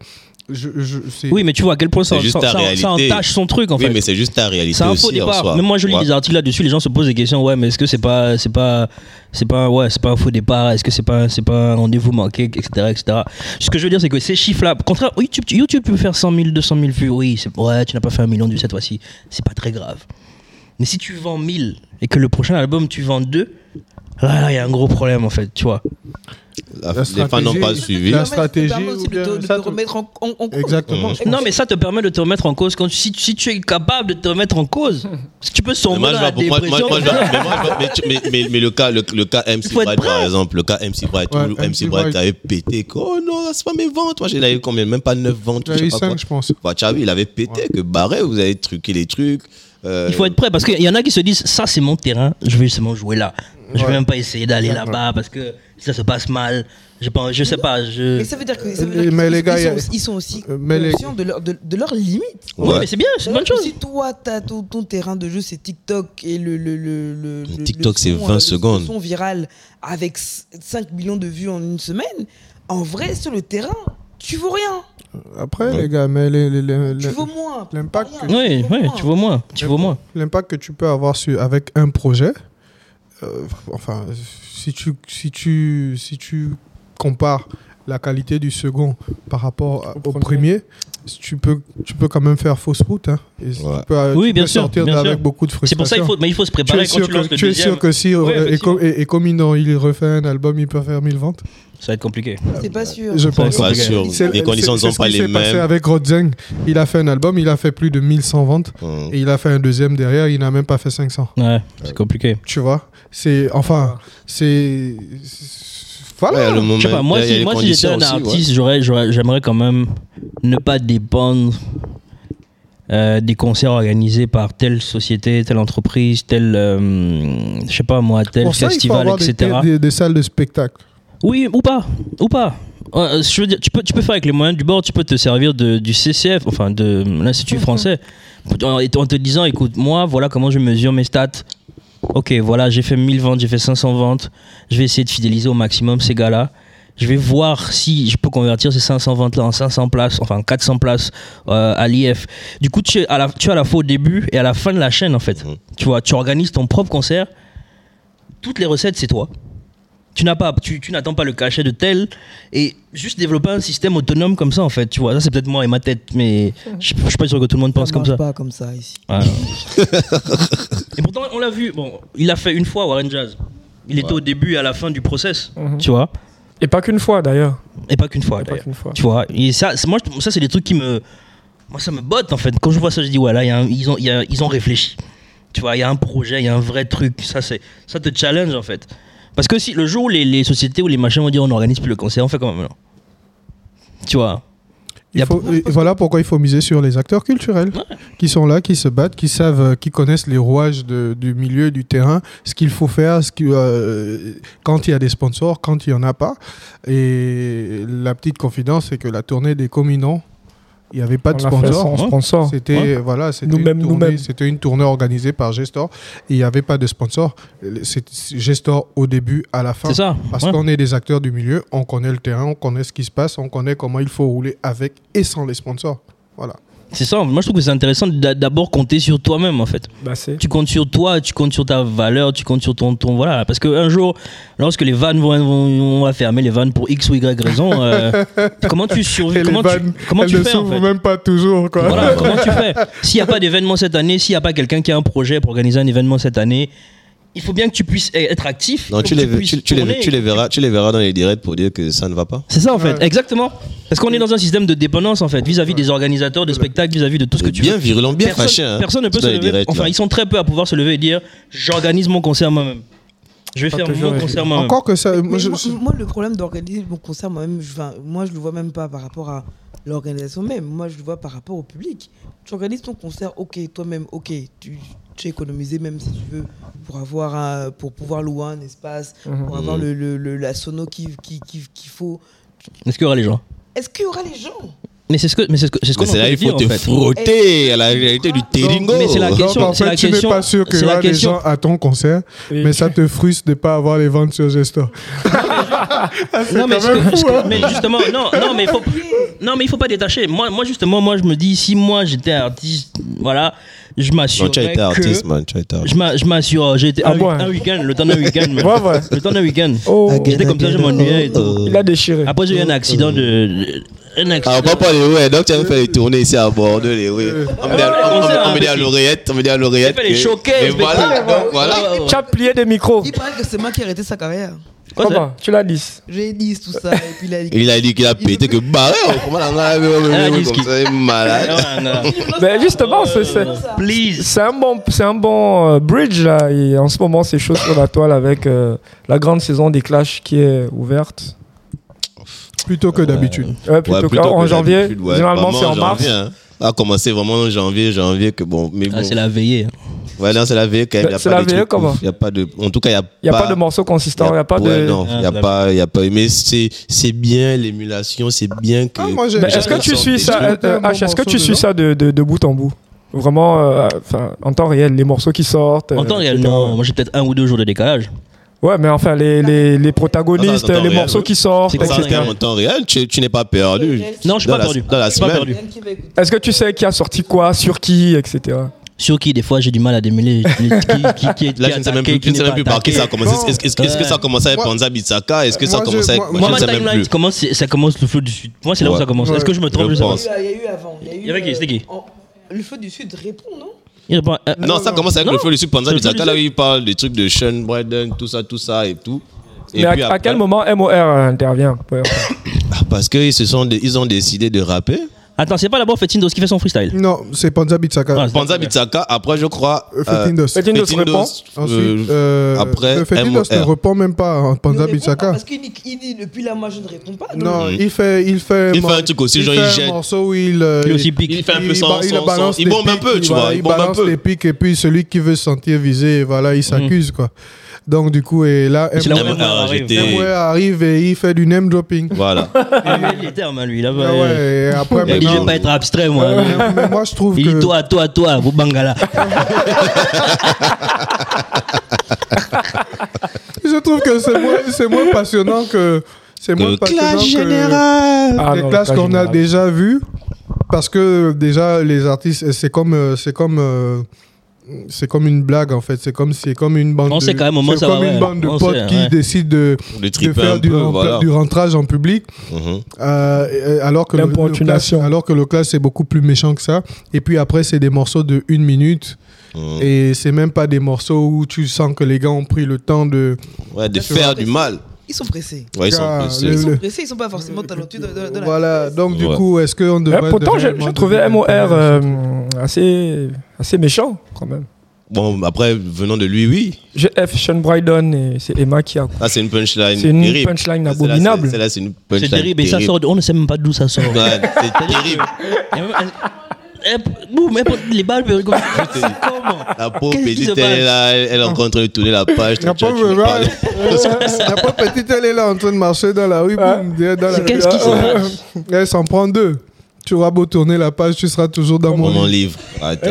Je, je, c'est- oui mais tu vois à quel point ça C'est juste ça- ta ça- ça réalité. entache son truc en Oui, fait mais c'est juste ta réalité c'est un faux aussi en soi. départ. Mais moi, je lis Ouais. des articles là-dessus. Les gens se posent des questions. Ouais, mais est-ce que c'est pas, c'est pas, c'est pas, ouais, c'est pas un faux départ Est-ce que c'est pas, c'est pas un rendez-vous manqué, etc., etc. Ce que je veux dire, c'est que ces chiffres-là, contraire, YouTube, tu- YouTube peut faire 100 000, 200 000 vues. Oui, c'est- ouais, tu n'as pas fait un million de vues cette fois-ci. C'est pas très grave. Mais si tu vends 1000 et que le prochain album tu vends 2 là, là, il y a un gros problème en fait, tu vois. La- La Les fans n'ont pas stratégie- suivi. La Ça permet- ça te stratégie permet aussi ou bien de, de ça, te tout- remettre en, en, en cause. Exactement. je pense. Non, mais ça te permet de te remettre en cause. Quand, si, si tu es capable de te remettre en cause, si tu peux Mais sombrer moi, dans je vois la pour- moi- moi- dépression. moi, je vois- mais moi, je vois- mais tu- mais- mais- mais le cas, le, le cas MC Il faut être Bright, par prêt. exemple, le cas MC Bright, où Ouais, MC MC Bright Bright. avait pété, que, oh non, c'est pas mes ventes. Moi, j'ai eu combien Même pas 9 ventes. Il je a sais eu pas 5, quoi. je pense. Bah, Xavi, il avait pété, que barré, vous avez truqué les trucs. euh, Il faut être prêt parce qu'il y en a qui se disent ça c'est mon terrain, je vais seulement jouer là. Je Ouais. vais même pas essayer d'aller Exactement. là-bas parce que ça se passe mal. Je pense, je sais pas. Je... Mais ça veut dire que. ça veut Euh, dire mais qu'ils- les ils gars, sont y a- aussi- ils sont aussi Euh, mais les- conscients de leurs de, de leurs limites. Oui, ouais. mais c'est bien, c'est une bonne chose. Si toi, t'as ton, ton terrain de jeu, c'est TikTok et le. le, le, le- le- TikTok, le c'est son, 20 euh, le- le secondes. son viral avec s- 5 millions de vues en une semaine, en vrai, sur le terrain, tu vaux rien. Après, Ouais. les gars, mais les- les- les- Tu les, vaux moins. l'impact Rien. que- Oui, oui, moins. tu vois moi, tu vois moi. l'impact que tu peux avoir sur, avec un projet, euh, enfin, si tu, si, tu, si tu compares la qualité du second par rapport à- au, premier, tu, peux, tu peux quand même faire fausse route. hein. Et Ouais. tu peux, euh, Oui, tu bien peux sûr, sortir bien avec sûr. beaucoup de frustration. C'est pour ça qu'il faut, mais il faut se Tu es, préparer quand sûr tu lances que, le tu es deuxième. sûr que si, euh, Ouais, et, effectivement. com- et- et comme il, en- il refait un album, il peut faire 1000 ventes. Ça va être compliqué. C'est pas sûr. Je pense. Pas sûr. C'est- Les conditions ne c'est- sont c'est ce pas qui les s'est passé mêmes. avec Rodzeng. Il a fait un album, il a fait plus de 1100 ventes. Hum. Et il a fait un deuxième derrière, il n'a même pas fait 500. Ouais, c'est compliqué. tu vois c'est enfin c'est c'est- Ouais, voilà le moment, Je sais pas, moi il y a si, les moi, si j'étais conditions un aussi, ouais. artiste, j'aurais, j'aurais- j'aimerais quand même ne pas dépendre euh, des concerts organisés par telle société, telle entreprise, tel, euh, je sais pas moi, tel pour ça il faut festival, avoir des, etc. des- des salles de spectacle Oui, ou pas, ou pas. Euh, je veux dire, tu peux, tu peux faire avec les moyens du bord, tu peux te servir de, du CCF, enfin de l'Institut français, en, en te disant, écoute, moi, voilà comment je mesure mes stats. ok, voilà, j'ai fait 1000 ventes, j'ai fait 500 ventes, je vais essayer de fidéliser au maximum ces gars-là. Je vais voir si je peux convertir ces 500 ventes-là en 500 places, enfin en 400 places euh, à l'IF. Du coup, tu es, à la, tu es à la fois au début et à la fin de la chaîne, en fait. Mhm. Tu vois, tu organises ton propre concert. Toutes les recettes, c'est toi. Tu n'as pas, tu, tu n'attends pas le cachet de tel et juste développer un système autonome comme ça, en fait. Tu vois, ça c'est peut-être moi et ma tête, mais je je suis pas sûr que tout le monde pense comme marche ça. pas comme ça ici. Ouais. et pourtant, on l'a vu. Bon, il l'a fait une fois, Warren Jazz. Il était Ouais. au début et à la fin du process, Mhm. tu vois. Et pas qu'une fois d'ailleurs. Et pas qu'une fois, Et pas d'ailleurs. qu'une fois. Tu vois. Et ça, c'est- moi, je- ça c'est des trucs qui me, moi, ça me botte en fait. Quand je vois ça, je dis ouais, là, il y a un- ils ont, il y a- ils ont réfléchi. Tu vois, il y a un projet, il y a un vrai truc. Ça, c'est, ça te challenge en fait. Parce que si le jour où les, les sociétés ou les machins vont dire on n'organise plus le concert, on fait comment maintenant Tu vois. Hein. Il Y a faut- et voilà pourquoi il faut miser sur les acteurs culturels qui sont là, qui se battent, qui savent, euh, qui connaissent les rouages de- du milieu, du terrain, ce qu'il faut faire, ce qui, euh, quand il y a des sponsors, quand il n'y en a pas. Et la petite confidence, c'est que la tournée des communants, il n'y avait pas de on l'a fait sponsor. hein. sans ouais. sponsor. C'était voilà, c'était Nous-mêmes, une, tournée- nous-mêmes. c'était une tournée organisée par Gestor. et Il n'y avait pas de sponsor. C'est c'est Gestor au début, à la fin. C'est ça. Parce Ouais. qu'on est des acteurs du milieu, on connaît le terrain, on connaît ce qui se passe, on connaît comment il faut rouler avec et sans les sponsors. Voilà. C'est ça. Moi, je trouve que c'est intéressant d'a- d'abord compter sur toi-même en fait. Bah, c'est- tu comptes sur toi, tu comptes sur ta valeur, tu comptes sur ton ton voilà. Parce que un jour, lorsque les vannes vont, vont- on va fermer les vannes pour x ou y raison, euh, comment tu survis, Et comment les tu, vannes, comment elles tu ne fais en s'ouvrent fait même pas toujours. Quoi. voilà, comment tu fais S'il n'y a pas d'événement cette année, s'il n'y a pas quelqu'un qui a un projet pour organiser un événement cette année, il faut bien que tu puisses être actif. il Non, faut tu que les, puisses tu, tu tourner. les, tu les verras, tu les verras dans les directs pour dire que ça ne va pas. C'est ça en fait, Ouais. exactement. Parce qu'on est dans un système de dépendance en fait, vis-à-vis des organisateurs de spectacles, vis-à-vis de tout ce que tu bien veux. virulent, bien personne, fâché. hein, personne ne peut dans se les lever. directs, enfin, là. ils sont très peu à pouvoir se lever et dire j'organise mon concert moi-même. Je vais Pas faire toujours mon évident. concert moi-même. Encore que ça. Mais moi, Moi, je- moi, le problème d'organiser mon concert, moi-même, je, enfin, moi, je le vois même pas par rapport à l'organisation même. Moi, je le vois par rapport au public. Tu organises ton concert, ok, toi-même, ok, tu, tu as économisé même si tu veux pour avoir un- pour pouvoir louer un espace, Mhm. pour avoir Mhm. le, le- le- la sono qu'il qui, qui- qu'il faut. Est-ce qu'il y aura les gens Est-ce qu'il y aura les gens Mais c'est ce que mais c'est ce que c'est ce qu'on Mais c'est là, entend il faut dire, te en fait. frotter à la réalité du teringo. mais c'est la Donc, question- en c'est fait, la tu n'es question- pas sûr qu'il c'est y la aura des question. gens à ton concert, Et- mais ça te frustre de ne pas avoir les ventes sur Gestor. Ah, Non mais, quand ce même que- ce fou, que- hein. mais justement non non mais il faut non mais il faut pas détacher. Moi moi justement moi je me dis si moi j'étais artiste voilà je m'assure Non, tu as été artiste, man. Tu as été artiste. Je m'a- je m'assure, oh, j'ai été Ah un, bon, hein. un week-end, le temps d'un week-end. même. Ouais, ouais. Le temps d'un week-end. Oh, J'étais comme ça, je m'ennuyais et tout. il a déchiré. Après, j'ai eu un accident de. de- Un Ah, on accident. va pas les ouais, donc tu avais fait Euh, les tournées ici à Bordeaux, les ouais. On me dit à- on- on- on me dit à l'oreillette, on me dit à l'oreillette. J'ai fait les que- showcases, Et voilà, mais- donc Ah, bah, voilà. euh, Tu as plié des micros. Il paraît que c'est moi qui ai arrêté sa carrière. Quoi, ça Comment Tu l'as dit. J'ai dit tout ça, et puis il a dit. Il a dit qu'il a pété que barré, oh, comment la la- la- la- la- la- Ah, la- disque. comme ça, il est malade. Ah, non. Mais Ben, justement, c'est- c'est. Please. C'est un bon, c'est un bon euh, bridge là. Et en ce moment, c'est chaud sur la toile avec euh, la grande saison des Clash qui est ouverte. Plutôt que d'habitude. Ouais, plutôt Ouais, qu'en- en que janvier. d'habitude, ouais. Généralement, Vraiment c'est en mars. janvier, hein. A commencé vraiment en janvier, janvier que bon, mais bon. Ah, c'est la veillée. Ouais, non, c'est la E veille quand même. Bah, y a c'est pas la de veille, trucs comment ouf. Y a pas de. En tout cas, il Il n'y a pas de morceau consistant. Il n'y a pas ouais, de. non, Ah, il y a c'est la E pas, il y a pas. Mais c'est, c'est bien l'émulation, c'est bien que. Ah, moi, j'ai- Mais est-ce que tu J'adore suis ça. ça, J'écoute euh, un bon H, est-ce que tu morceau suis dedans. ça de, de, de bout en bout Vraiment, euh, enfin, en temps réel, les morceaux qui sortent. En euh, temps réel, etc. non. Moi, j'ai peut-être un ou deux jours de décalage. Ouais, mais enfin, les, les, les protagonistes, Dans un temps les réel, morceaux oui. qui sortent, C'est comme ça, etc. en temps réel, tu, tu n'es pas perdu. Non, je suis Dans pas la- perdu. dans la Je suis pas semaine. perdu. Est-ce que tu sais qui a sorti quoi, sur qui, etc. Sur qui, des fois, j'ai du mal à démêler. qui, qui, qui, qui Là, est je ne sais même attaqué, plus, qui je ne sais n'est même pas plus par qui attaqué. ça a commencé. Est-ce, est-ce- est-ce que ça a commencé avec Moi- Panza Bitsaka Est-ce que ça a moi, je- commencé avec. moi- Moi, je ma ne sais même timeline, plus. comment c'est- ça commence le flou du sud Moi, c'est là où Ouais. ça commence. Est-ce que je me trompe Je je sais pas. pense. Il y a eu avant. Il y a eu. Il y avait qui, euh, c'était qui en- Le feu du Sud répond, non Il répond, euh, Non, ça commence avec Non. le feu du sud Panza C'est le feu Bitsaka. du Là, sud. où il parle des trucs de Sean Braden, tout ça, tout ça et tout. Et mais à, puis à après- quel moment MOR euh, intervient ouais, enfin. Ah, Parce qu'ils se sont, dé- ils ont décidé de rapper. Attends, c'est pas d'abord Fetindos qui fait son freestyle. Non, c'est Panza Bitsaka. Ah, Panza Bitsaka. Après, je crois. Euh, euh, Fetindos. Fetindos répond. Ensuite, euh, euh, après, le Fetindos ne MOR. répond même pas à Il ne Panza répond pas Bitsaka. Parce qu'il dit, il dit depuis là, moi je ne réponds pas. donc- Non, Mm. il fait, il fait, Il fait un truc aussi, il genre, fait il un jette. morceau où il, euh, Lui aussi Il pique. fait un peu il sans. ba- il sans- balance sans- Il des bombe un peu, pics, tu vois. voilà, Il Il bombe un balance peu. les pics et puis celui qui veut se sentir visé, voilà, il s'accuse quoi. Donc du coup et là, Mm. C'est là où MOR on arrive. j'étais- MOR arrive et il fait du name dropping. Voilà. Ah, mais Il est terme, hein, lui. Il a Ah pas- ouais, et après il a dit, je vais maintenant, euh, pas être abstrait, moi. mais- mais moi je trouve Il dit que toi, toi, toi, vous bangala. Je trouve que c'est moins, c'est moins passionnant que. C'est moins Le passionnant euh, que Ah les non, le classes clash qu'on a général. déjà vues. Parce que déjà, les artistes, c'est comme. euh, C'est comme euh, c'est comme une blague en fait, c'est comme c'est comme une bande On de, sait quand même au moins c'est ça va, comme une ouais. bande de On potes sait, qui ouais. décident de, Le de triper faire un du, peu, rempla- voilà. du rentrage en public. Mhm. Euh, et- et alors que le, le clash, L'importunation. alors que le clash c'est beaucoup plus méchant que ça. Et puis après c'est des morceaux de une minute Mmh. Mhm. et c'est même pas des morceaux où tu sens que les gars ont pris le temps de. Ouais, de faire du mal. Ils sont pressés. Ouais, ils sont Ah, pressés. le- Ils sont le- pressés, ils sont pas forcément talentueux de, de- de la voilà. Donc du Ouais. coup est-ce qu'on Ouais, devrait pourtant, j'ai réellement j'ai trouvé devenir MOR intéressant euh, assez, assez méchant, quand même. Bon, après, venant de lui, oui. GF, Sean Brydon, et c'est Emma qui a. Ah, c'est une punchline. C'est une terrible. punchline Celle-là, c'est- abominable. Celle-là, c'est une C'est punchline. terrible et ça sort. de- On ne sait même pas d'où ça sort. Ouais, c'est terrible. Et même- et- boum, et les balles peuvent comme Ah, comment La pauvre Qu'est-ce qui se petite, elle est là, elle est en train de tourner la page. La tu vois, tu pauvre, lui parles. Euh, ouais. la pauvre petite, elle est là en train de marcher dans la rue. boum, dans la- ah, Qu'est-ce qui se passe Elle s'en prend deux. Tu auras beau tourner la page, tu seras toujours dans Dans mon. mon lit. livre. Attends.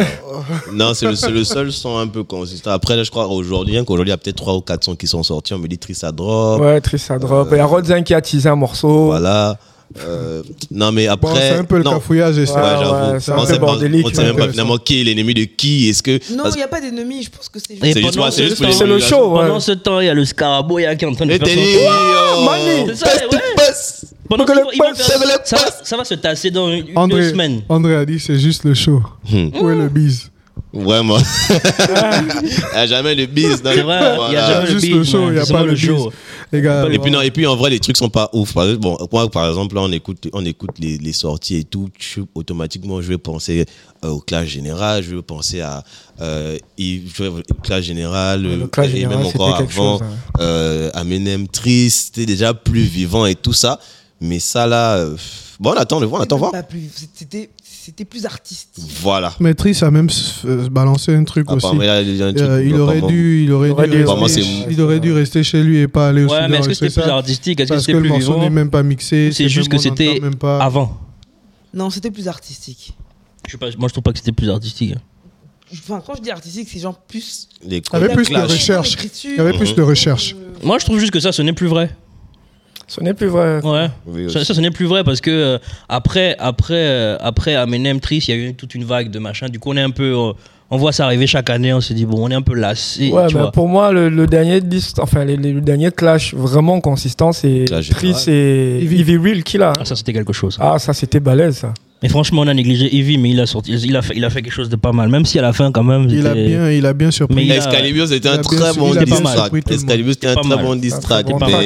Non, c'est le, c'est le seul son un peu consistant. Après, là, je crois aujourd'hui, hein, qu'aujourd'hui, il y a peut-être 3 ou 4 sons qui sont sortis. On me dit Trissa Drop. Ouais, Trissa Drop. Il y a Rodzin qui a teasé un morceau. Oh. Euh, Voilà. Euh, non, mais Bon, après. c'est un peu le non. cafouillage. et Ouais, ça. Ah, j'avoue. ouais, c'est un on peu sait pas, on sait bordélique, même pas intéressant. finalement qui est l'ennemi de qui. Est-ce que. Non, parce- il n'y a pas d'ennemi, je pense que c'est Et juste. C'est juste- pendant ouais, c'est ce juste pour temps- les C'est le show, hein. ouais. Pendant ce temps, il y a le scarabouia qui est en train de Mais faire t'es son- dit, oh, Mani. C'est ça, passe ouais. tout passe. Pendant Faut que ce le temps, il va peuple faire- se lève, ça va- passe. Ça va se tasser dans une- une- deux André, semaines. André a dit c'est juste le show. Hmm. Où est le bise Vraiment. Il n'y a jamais de bise. dans C'est le- vrai, il y Voilà. a jamais Juste le le bise, show, man. il y a C'est pas seulement le bise. Les gars, Et puis non, et puis en vrai les trucs sont pas ouf. Par exemple, bon, moi par exemple là on écoute on écoute les, les sorties et tout, tu- automatiquement je vais penser euh, au clash général, je vais penser à euh, Yves- je vais- au clash général, Le euh, clash et général, même c'était encore quelque avant chose, hein. hein. euh, à Menem triste, c'était déjà plus vivant et tout ça. Mais ça là, euh, bon on attend de voir, on attend de voir. Pas plus- C'était c'était plus artistique. Voilà. Maîtrise a même s- euh, balancé un truc aussi. Apparemment, là, il y a Ah, un truc Euh, il aurait vraiment- dû, il aurait Il aurait dû, dû Apparemment, rester, c'est- il aurait dû rester chez lui et pas aller au Ouais, studio mais est-ce que enregistrer c'était plus ça, artistique Est-ce que Parce que c'était le plus morceau vivant n'est même pas mixé. C'est juste même- que on n'entend c'était même pas. avant Non, c'était plus artistique. Je sais pas, Moi, je trouve pas que c'était plus artistique. Enfin, quand je dis artistique, c'est genre plus. Les Il y avait les plus de Clash. clashs. recherche. L'écriture, Il y avait plus de recherche. euh, Moi, je trouve juste que ça, ce n'est plus vrai. Ce n'est plus vrai. Ouais. Oui, aussi. Ça, ça, ce n'est plus vrai parce que euh, après, après, euh, après Eminem Triste, il y a eu toute une vague de machin. Du coup, on est un peu. euh, on voit ça arriver chaque année, on se dit, bon, on est un peu lassé. Ouais, tu bah, vois. pour moi, le, le dernier disque, enfin, les- les- le dernier clash vraiment consistant, c'est Clash général. Tris et Ivy. Ivy Real qui l'a. Ah, ça, c'était quelque chose. Ah, ça, c'était balèze, ça. Mais franchement, on a négligé Evie, mais il a, sorti, il, a fait, il a fait quelque chose de pas mal. Même si à la fin, quand Mmh. même. Il a c'était- bien, il a bien surpris. Mais il a- Excalibur c'était il un a très bien- bon il a pas diss mal. track. surpris tout le monde. Excalibur c'était un Pas très mal. bon diss Un très track. bon mais- track.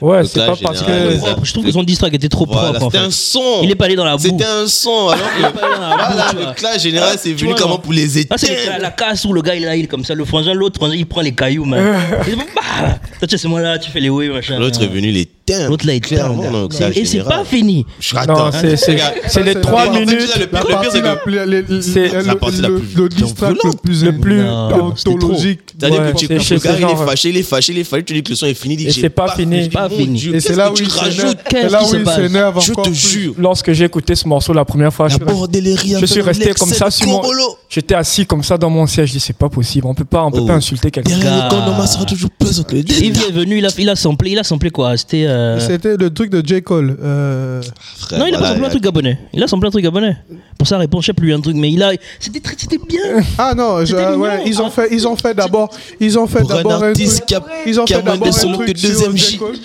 Ouais, Le c'est pas clash parce général, que. les artistes. Je trouve que son distract était trop Voilà, propre, en c'était un fait. son. Il est pas allé dans la boue. C'était un son. Alors que pas allé dans la boue, voilà, tu vois. le clash général, c'est Tu venu vois, comment non. pour les Ah, c'est la, éteindre. la casse où le gars il est là, il est comme ça, le frangin, l'autre frangin il prend les cailloux, man. Il dit, bah, toi tu es moi là, tu fais les waves, machin. L'autre est venu les teindre. L'autre là il clairement teint, dans le gars. clash Et c'est général. pas fini. Je Non, attends. c'est- c'est Regarde, c'est les c'est trois la- en fait, minutes. déjà, le La pire, le pire, partie c'est la que. plus, les- les- C'est- le- la partie la le- plus le distract le violente. plus, Le plus- Non, c'était trop. ontologique. T'as dit Ouais, que tu c'est- le c'est gars, il genre- est fâché, il est fâché, il est fâché, tu dis que le son est fini, il dit Et j'ai c'est pas fini. Je dis, Pas mon fini. Dieu, Et qu'est-ce c'est là que où tu il rajoutes s'énerve. Qu'est-ce C'est là qui où se il passe s'énerve Je encore te plus. jure. Lorsque j'ai écouté ce morceau la première fois, La je suis resté- bordellerie. je suis resté comme ça sur mon. Derrière J'étais assis comme ça dans mon siège. Je dis, c'est pas possible. On peut pas, on peut Oh. pas insulter quelqu'un. le corps, normal, sera toujours pesant que le Evie est venu, il a, il a samplé, il a samplé quoi C'était. euh, C'était le truc de J. Cole. euh, Frère, Non, il a pas voilà, samplé un truc gabonais. Il a samplé un truc gabonais. Pour ça, réponse, je sais plus un truc, mais il a. C'était très- c'était bien. Ah non, je- C'était mignon. ouais, ils ont fait, ils ont fait d'abord, ils ont fait Pour un d'abord un truc. artiste qui a Ils ont qui a fait moins d'abord de un solo que truc sur deuxième J. J. Ah! Cole.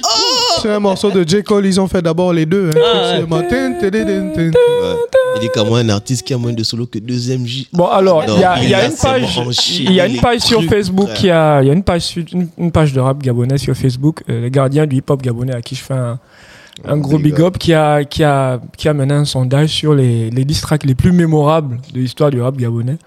C'est un morceau de J. Cole, ils ont fait d'abord les deux. hein. Ah, C'est ouais. matin, télé, tin, tin. Ouais. Il est comme un artiste qui a moins de solo que deuxième J. Bon alors, il y a, Non, il y a il a une seulement page, enchaîné il y a une les page sur trucs, Facebook, frère. il y a, il y a une page, sur- une, une page de rap gabonais sur Facebook, euh, les gardiens du hip-hop gabonais à qui je fais un, un Un gros Oh, big big up, qui a, qui a, qui a mené un sondage sur les, les diss tracks les plus mémorables de l'histoire du rap gabonais,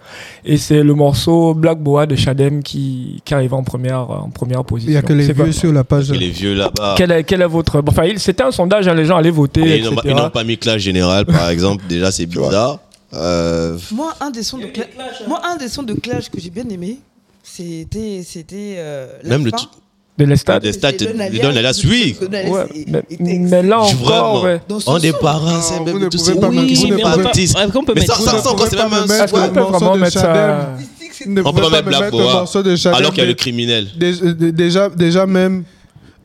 et c'est le morceau Black Boa de Shadem qui, qui arrive en première, en première position. Il y a que les C'est pas- vieux sur la page. Et les vieux là-bas. Quel est, quel est votre, enfin, il- c'était un sondage, hein, les gens allaient voter, Et Ils etc. n'ont pas- ils n'ont pas mis clash général, par exemple. Déjà, c'est bizarre. Euh, Moi, un des sons de Cla- Moi, un des sons de Clash que j'ai bien aimé, c'était c'était euh, la Même le fin. titre. de l'estat. Des stats, les donne à la suite. Ouais, mais, mais mais là Vraiment. encore, ouais. dans ce On son, est parents, c'est Non, même vous ne tous pouvez ces pas gens mettre- qui vous sont ne pas pouvez- artistes. Ouais, qu'on peut Mais mettre. ça, ça Vous ne encore, pouvez c'est pas même un me mettre- Est-ce qu'on swag. peut morceau vraiment de mettre ça? Shadem. Mystique, ne On peut pas pouvait pas mettre me Black mettre Boa, un morceau de Chadem. Alors qu'il y a hein. le mais- criminel. dé- dé- Déjà, déjà même.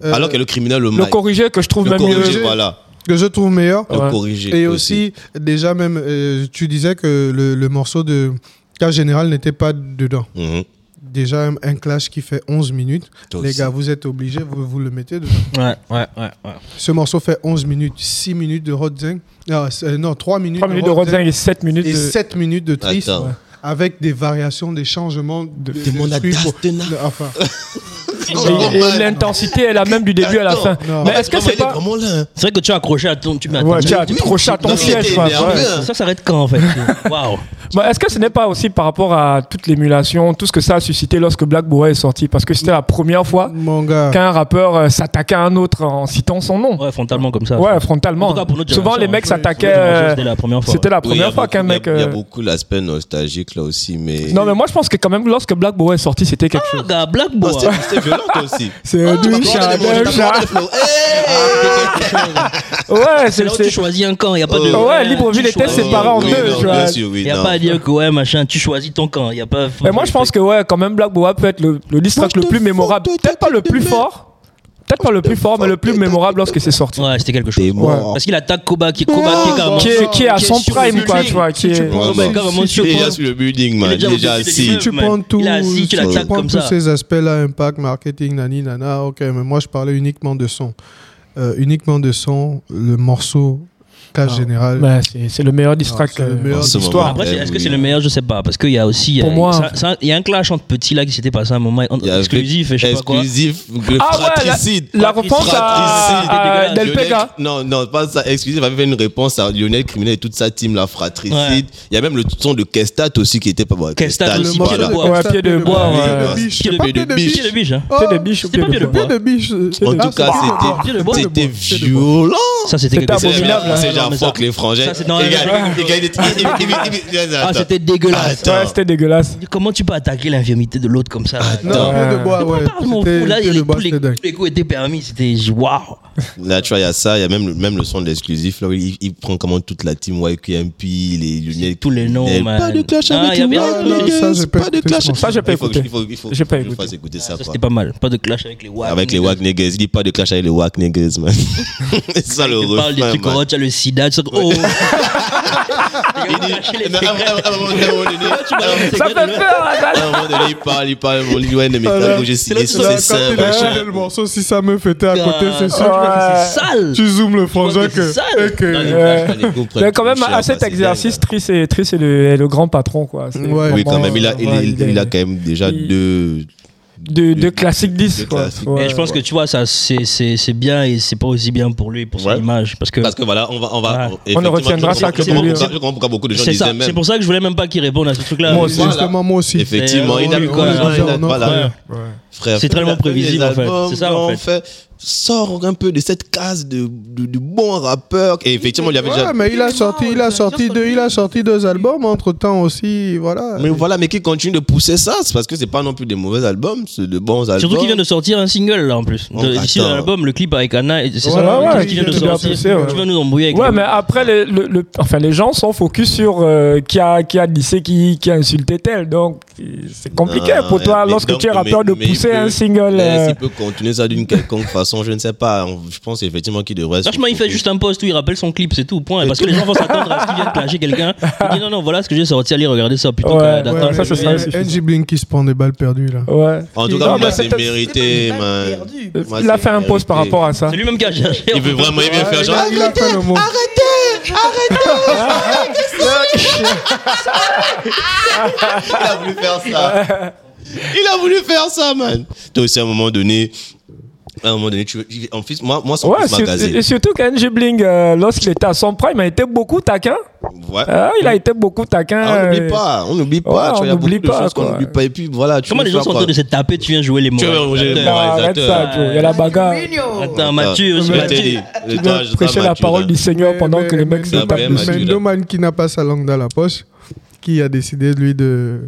euh, Alors qu'il y a le criminel, le Le Mike. corrigé que je trouve Le même corrigé, mieux. voilà. que je trouve meilleur. Le Ouais. corrigé. Et aussi, déjà même, euh, tu disais que le, le morceau de Cas Général n'était pas dedans. Mhm. Déjà un, un clash qui fait 11 minutes. Toi Les aussi. gars, vous êtes obligés, vous, vous le mettez dedans. Ouais, ouais, ouais. ouais. Ce morceau fait 11 minutes, 6 minutes de Rodzing. Non, c'est- euh, non, 3 minutes, 3 minutes de Rod Zinc Rodzing et 7 minutes et de. 7 minutes de Triste Attends. avec des variations, des changements de, T'es mon trucs pour- Adastena. de- enfin, Non, Et, et man. l'intensité est la même du début à la fin. Non. Mais est-ce que Non, mais c'est il est pas. vraiment là, hein. C'est vrai que tu as accroché à ton. Tu m'as Ouais, attendu. tu as Oui, accroché à tu- ton non, mais siège. t'es quoi. énervé, Ouais. hein. Ça s'arrête quand en fait Waouh Bon, Est-ce que ce n'est pas aussi par rapport à toute l'émulation, tout ce que ça a suscité lorsque Black Boy est sorti Parce que c'était la première fois mon gars. qu'un rappeur euh, s'attaquait à un autre en citant son nom. Ouais, frontalement comme ça. Ouais, frontalement. En tout cas, pour notre Souvent, génération, les mecs ouais. s'attaquaient. Ouais, euh, C'était la première fois. C'était la Oui, il y a première fois qu'un beaucoup- mec. Il y a- il y a euh, beaucoup l'aspect nostalgique là aussi, mais. Non, mais moi, je pense que quand même, lorsque Black Boy est sorti, c'était quelque Ah, chose. gars, Black Ah, Boy. c'était- C'était violent toi aussi. C'est Tu du m'as commandé des manches, chat. t'as commandé des flots. Ouais, Hey C'est c'est. là où tu c'est- choisis un camp. Y a pas de. Oh, ouais, Libreville tu était choisis- Oh, séparé en oui, deux, non, tu vois. bien sûr, oui, Y a non. pas à dire que ouais, machin, tu choisis ton camp. Y a pas. Mais moi, je pense que, ouais, quand même, Black Boa peut être le, le diss Moi, track je le te plus fous mémorable. de ta Peut-être pas le tête de plus merde. fort. Peut-être pas le plus fort, mais le plus mémorable lorsque c'est sorti. Ouais, c'était quelque T'es chose. mort. Parce qu'il attaque Koba qui Koba qui est carrément- Oh, Qui est, Ah, qui est à Qui est son sur prime, le quoi, building. tu vois. Qui est... prends- Ouais, si- bah, si- carrément, tu si tu prends- Déjà prends- sur le building, Il man. est déjà Déjà au dessus assis. des tu man. prends tout, Il est assis, tu tu l'attaques prends comme tous ça. ces aspects-là, impact, marketing, nani, nana, ok, mais moi je parlais uniquement de son. Euh, uniquement de son, le morceau, cas Ah, général. bah, c'est c'est le meilleur diss Non, track. c'est le euh, meilleur. de Ce l'histoire. moment. Après, c'est- Eh est-ce que oui. c'est le meilleur Je sais pas. Parce qu'il y a aussi. il y a- Pour moi- hein. ça- ça- Il y a un clash entre Petit là qui s'était passé à un moment. Il y entre a Exclusif et je sais pas quoi. Exclusif, Ah ouais, la- fratricide. La réponse à, Fratricide. à C'était Del Lionel- Pega. Non, non, pas ça. Excusez, j'avais fait une réponse à Lionel Criminel et toute sa team, la fratricide. Ouais. Il y a même le son de Kestat aussi qui était pas bon. Kestat le aussi, morceau pied de de bois. Ouais, pied de bois, Pied ouais. de biche. Pied de Pas biche. Pied de biche, hein. Oh, Pied de biche ou C'était pied pas pied de de bois pied de biche. En Ah, tout c'est cas, pied de bois. Pied de c'était- bois. c'était Pied de bois. violent. Ça, c'était Oh, C'était quelque chose. C'est genre- abominable, hein. C'est genre Non, mais ça- fuck les frangins. ça, c'est- non, Les gars, ouais. les gars, il était- il- il- il- il- il- Ah, attends. c'était dégueulasse. Attends. Ouais, c'était dégueulasse. Comment tu peux attaquer l'infirmité de l'autre comme ça Ah, là, Non, Attends. pied de bois, ouais. Je m'en C'était- fous. Là, il y pied a de les- bois, tous les, c'était dingue. tous les coups étaient permis. C'était waouh. Là, tu vois, il y a ça, il y a même le, même le son de l'exclusif. Là, où il, il prend comment toute la team YQMP, les Lionel. Tous les noms, Lionel- man. Pas de clash Ah, avec y a les bien- Wild non, ça, j'ai Niggas, pas Pas de écouté clash ce avec Ça, j'ai pas Il faut que- écouté. il faut- il faut- J'ai pas il faut que je écouté. fasse écouter ça, Ça, quoi. c'était pas mal. Pas de clash avec les Wack. Avec les Wack Niggas. Il dit pas de clash avec les Wack Niggas, man. c'est ça le Tu parles des refrain, trucs man. oh, tu as le sida, tu sais que- oh. Il dit- Mais à un- à un moment donné, à un moment donné, Ça fait peur, hein, ça. à un moment donné, il parle, il parle, mon dit, Ah, ouais, mais Alors, t'as bougé, c'est c'est Ah, Là, c'est quand simple. il a machin. chanté le morceau, si ça me fêtait à côté, c'est sûr. Ouais. C'est sale. Tu zoomes le frangin C'est que. sale. et que- Ah, les Ouais. gars, les gars, Mais quand même, cher, à quoi, cet c'est exercice, dingue. Trice est, Trice est le, est le grand patron. Quoi. C'est Oui, vraiment, euh, Oui, quand même, il a, il, ouais, il- est- il a quand même déjà il- deux. de, de de- classique 10. de quoi. classique. Ouais. Et Et je pense que tu vois, ça, c'est- c'est c'est bien et c'est pas aussi bien pour lui, et pour son Ouais. image. Parce que Parce que voilà, on va. On, va, Ouais. On ne retiendra ça que que pour lui, hein. Pourquoi beaucoup de gens c'est disaient ça. même. C'est pour ça que je voulais même pas qu'il réponde à ce truc-là. Moi Moi aussi, aussi. justement, moi aussi. Effectivement, Et, euh, il a oui, plus voilà. voilà. Ouais. Frère, C'est fais tellement la- fais prévisible, les en fait. albums, C'est ça, en on Sors un peu de cette case de, de, de bons rappeurs. Et effectivement, il y avait Ouais, déjà. mais il a sorti, il a sorti deux, il a sorti deux albums entre temps aussi, voilà. Mais voilà, mais qui continue de pousser ça, c'est parce que c'est pas non plus des mauvais albums, c'est de bons albums. Surtout qu'il vient de sortir un single là en plus. Oh, De- D'ici attends. l'album, le clip avec Anna, et c'est Ouais, ça ouais, le clip il qui vient de vient de sortir. pousser, ouais. Tu vas nous embrouiller avec Ouais, les- mais après, le, le- le- enfin, les gens sont focus sur euh, qui, a, qui a dissé, qui, qui a insulté tel. Donc, c'est compliqué Ah, pour toi mais lorsque donc, tu es mais- rappeur de mais il pousser peut- un single. mais euh, S'il peut continuer ça d'une quelconque façon, je ne sais pas. On- Je pense effectivement qu'il devrait. se- Franchement, il fait juste un post où il rappelle son clip, c'est tout, point. Parce que les gens vont s'attendre à ce qu'il vienne clasher quelqu'un. Il dit non, non, voilà ce que j'ai sorti, allez regarder ça plutôt Ouais, que Ouais, d'attendre. ça, mais- ce serait mais suffisant. NJ Blink qui se prend des balles perdues là. ouais. En tout Non, cas, mais moi, c'est- c'est mérité, pas man. perdu. Moi, Il a c'est fait un pause mérité. par rapport à ça. C'est lui-même qui a cherché. Il veut vraiment il vient Ouais, faire il genre. a- il a fait le monde. Il a voulu faire ça. Il a voulu faire ça, man. Toi aussi, à un moment donné, à un moment donné, tu veux, en plus, moi, moi, son Ouais, fils m'a sur- gazé. et surtout qu'NG Bling, euh, lorsqu'il était à son prime, a été beaucoup taquin. Ouais. Euh, il a été beaucoup taquin. Ah, on n'oublie euh, pas, on n'oublie pas. Ouais, tu vois, il y on a beaucoup n'oublie de pas, choses qu'on quoi. n'oublie pas. Et puis voilà, tu Comment veux les gens faire sont en quoi train de se taper, tu viens jouer les mots. Tu veux manger les Non, Bah, arrête Exactement. ça, Joe. Il y a la bagarre. Attends, Mathieu, Mais- aussi, Ah, Je t'ai Mathieu. dit, Tu le temps, dois je prêcher dois la mature, parole hein. du Seigneur Mais- pendant mais- que les mecs se mais- tapent tapent après, mais dessus. Mathieu, là. Mendoman qui n'a pas sa langue dans la poche, qui a décidé lui de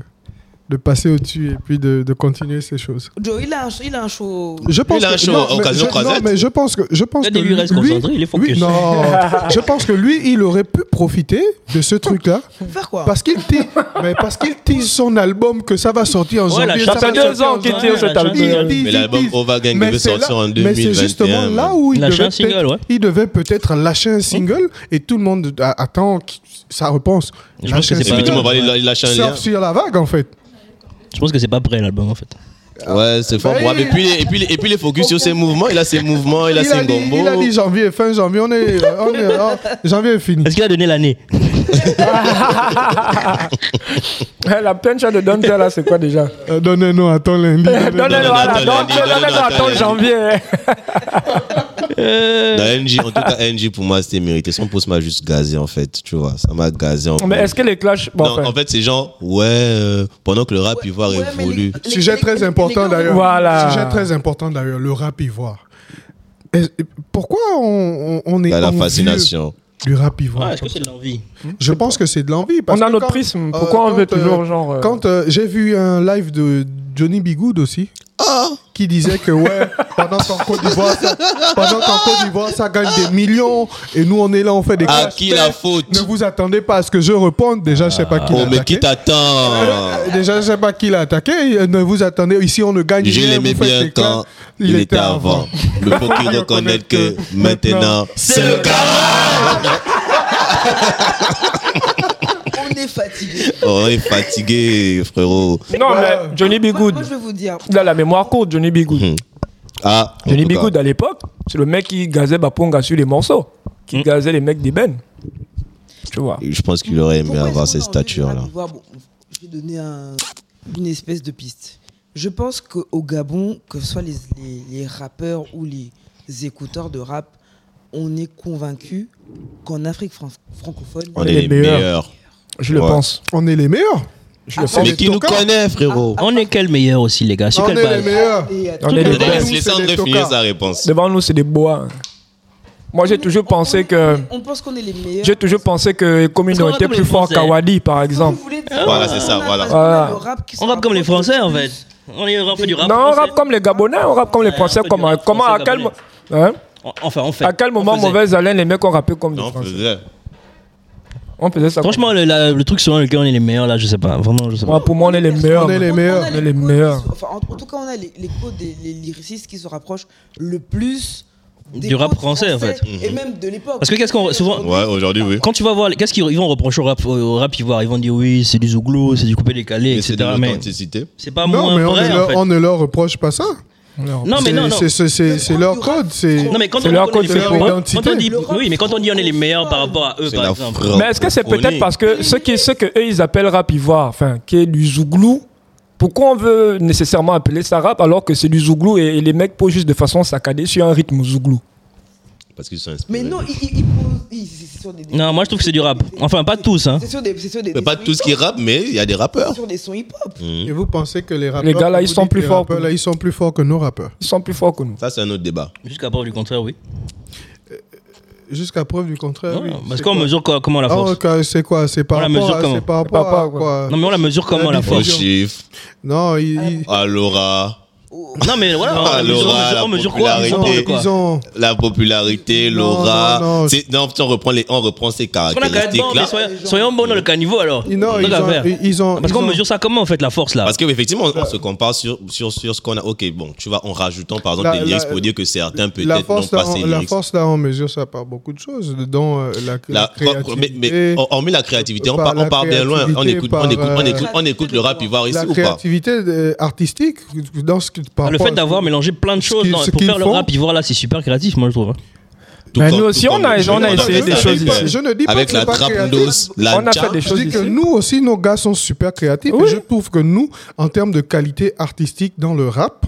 de passer au-dessus et puis de, de continuer ces choses. Joe, il a un, il a un show. Je pense Il a un que- show, non, mais occasion je- croisette. non, mais je pense que je pense Le que début reste concentré, il est focus. oui, non, je pense que lui, il aurait pu profiter de ce truc-là Faire quoi parce qu'il tease, mais parce qu'il tease son album que ça va sortir en Ouais, la janvier. chanson- ça va Ça fait deux sortir en ans qu'il janvier. tire cet Il album. dit- Mais l'album Overgang Mais devait c'est sortir là- en mais 2021. c'est justement là où il Lâcher devait, un single, peut-être- ouais. il devait peut-être lâcher un single et tout le monde a- attend qu- sa réponse. Je pense Lâcher que c'est pas- un single. Effectivement, on va aller lâcher un lien. Surfe sur la vague en fait. Je pense que c'est pas prêt l'album en fait. Ouais, c'est fort Bah, probable. il- Et puis, les- et puis, les- et puis, les focus sur ses mouvements. Il a ses mouvements, il a il, a ses dit, gombos. il a dit janvier, fin janvier, on est, euh, on est- on- janvier est fini. Est-ce qu'il a donné l'année Eh, La punch de Dante, là, c'est quoi déjà Euh, Donnez-nous, attends lundi. Donne-le non, à la attends, ah, Dante, lundi, donne-le donne-le à à ton lundi. janvier. Euh, Dans NG, en tout cas, NG pour moi, c'était mérité. Son post m'a juste gazé, en fait. Tu vois, ça m'a gazé. En Mais fait. est-ce que les clashs. Bon, Non, enfin, en fait, c'est genre, ouais, euh, pendant que le rap ivoire Ouais, mais les- évolue. les- Sujet les- très les- important les- d'ailleurs. Voilà. Sujet très important d'ailleurs, le rap ivoire. Est- Pourquoi on, on, on est T'as Bah, la envieux fascination. du rap ivoire Ouais, Est-ce que c'est de l'envie Je pense que c'est de l'envie. parce on a que notre quand- prisme. euh, Pourquoi on veut quand, toujours, euh, genre. euh, Quand euh, j'ai vu un live de Johnny Bigood aussi, Ah! qui disait que ouais, pendant qu'en Côte d'Ivoire, ça- pendant qu'en Côte d'Ivoire, ça gagne des millions, et nous on est là, on fait des À clash qui la test. faute Ne vous attendez pas à ce que je réponde. Déjà, je sais pas qui l'a Oh, mais attaqué. qui t'attend Euh, Déjà, je sais pas qui l'a attaqué. Ne vous attendez. Ici, on ne gagne Je rien, l'aimais vous faites bien des clans. quand il était avant. Le faut qu'il reconnaître que maintenant, c'est le cas. On est fatigué. On Oh, est fatigué, frérot. Non, mais Ouais. Johnny B. Moi, Good. moi, je vais vous dire. Il a la mémoire courte, Johnny B. Good. Ah, Mhm. en Johnny tout B. cas. Good, à l'époque, c'est le mec qui gazait Baponga sur les morceaux. Mhm. Qui gazait les mecs d'Iben. Tu vois. Je pense qu'il aurait aimé Pourquoi est-ce avoir qu'on ces a enlevé le rap statures-là. ivoire Bon, je vais donner un- une espèce de piste. Je pense qu'au Gabon, que ce soit les, les- les rappeurs ou les écouteurs de rap, on est convaincu qu'en Afrique fran- francophone, On est les meilleurs. meilleurs. Je le Ouais. pense. On est les meilleurs. Je le Ah, pense. Mais qui nous tocards. connaît, frérot On est quel meilleur aussi les gars Sur On quelle est les base meilleurs. Et, euh, On est les Tout le meilleurs. monde. Laisse c'est des André finir tocards. sa réponse. Devant nous, c'est des bois. hein. Moi, j'ai toujours on- pensé on- que. on pense qu'on est les meilleurs. J'ai toujours pensé que Parce qu'on Comino rappe était comme les plus fort Français. qu'Awadi, par exemple. Vous voulez dire Voilà, c'est qu'on ça, a- voilà. parce qu'on a Voilà. le rap qui se On rappe comme les rapproche Français le en plus. fait. On est- on fait du rap. non, on français. rappe comme les Gabonais, on rappe comme les Ouais, Français. on fait Comme, du rap comment, à, français quel, mo- gabonais. hein On- Enfin, on fait. à quel On moment, faisait. mauvaise haleine, les mecs ont rappé comme des Non, Français frère. On faisait ça. comme- Franchement, le, la- le truc selon lequel on est les meilleurs là, je sais pas. Vraiment, je sais pas. Ouais, pour moi, on est les meilleurs. On est les a meilleurs. On est les codes meilleurs. qui se- Enfin, en, en tout cas, on a les, les codes des les lyricistes qui se rapprochent le plus des Du rap codes français, en Et même de l'époque. Parce que qu'est-ce qu'on- souvent- Ouais, aujourd'hui, oui. Quand tu vas voir, qu'est-ce qu'ils ils vont reprocher au rap, au rap ivoire Ils vont dire oui, c'est du zouglou, c'est du coupé décalé, Mais etc. c'est de Mais l'authenticité. c'est pas Non, mais moins on, vrai ne en leur, fait. on ne leur reproche pas ça. Non, mais C'est- non, non. c'est- c'est- C'est c'est leur code. C'est Non, mais quand C'est on, leur on est les code, c'est meilleurs, leur quand- identité. quand on dit, Le rap oui, mais quand on dit on est les meilleurs par rapport à eux, C'est par la exemple. frappe. Mais est-ce que c'est Frapponnée. peut-être parce que ce qui, ce que eux ils appellent rap ivoire, enfin, qui est du zouglou, pourquoi on veut nécessairement appeler ça rap alors que c'est du zouglou et, et les mecs posent juste de façon saccadée sur un rythme zouglou Parce qu'ils sont inspirés. Mais non, ils ils- ils posent. ils- C'est sur des. des- Non, moi je trouve que c'est du rap. Enfin, pas tous, hein. C'est sur des. C'est sur des. Mais des pas sons tous qui hip-hop. rappent, mais il y a des rappeurs. C'est sur des sons hip-hop. Et vous pensez que les rappeurs. Les gars, là, vous ils sont dites plus les forts rappeurs, que là, ils sont plus forts que nos rappeurs. Ils sont plus forts que nous. Ça, c'est un autre débat. Jusqu'à preuve du contraire, oui. Jusqu'à preuve du contraire. Non, Ah oui. parce C'est qu'on quoi mesure co- comment la Ah, force. ok, c'est quoi C'est par On la rapport mesure à, comment c'est Par par rapport à rapport à quoi Non, mais on la mesure comment la Aux force. chiffres, Non, ils, ils- à l'aura, Oh. Non, mais voilà, on, Ah, mesure- l'aura, on mesure, la on mesure quoi, on ils ont, parle de popularité. quoi ils ont- la popularité, Non, l'aura. non, non. C'est- Non, on reprend, les, on reprend ces On a qu'à être bon, mais caractéristiques-là. soyons, soyons bons dans le caniveau alors. ils- non, On a ils qu'à ont- faire. ils ont- Parce ils qu'on ont- mesure ça comment en fait la force là Parce qu'effectivement, on, on se compare sur, sur, sur ce qu'on a. Ok, bon, tu vois, en rajoutant par exemple La- des lyrics la- pour dire que certains La peut-être n'ont force, pas là, ces on, la lyrics. force, là, on mesure ça par beaucoup de choses, dont euh, la, la La- mais, créativité. mais on, on met la créativité, on, Par part- la on part bien loin. On créativité, écoute, par, on, écoute, on, euh, écoute, on écoute le rap ivoire ici la ou pas créativité euh, artistique, dans ce que, Ah, par Le rapport fait à- d'avoir mélangé plein de ce choses qu'ils- dans- ce pour qu'ils faire le font. rap ivoire là, c'est super créatif, moi je trouve. hein. Tout Mais Bah, comme- nous tout aussi, on comme- a- je on a ne dis essayé pas des avec, choses euh, ici. Je ne dis pas Avec que la c'est pas trap créatif. douce, la On a tcha- fait des Je choses dis que ici. nous aussi, nos gars sont super créatifs. Oui. Et je trouve que nous, en termes de qualité artistique dans le rap,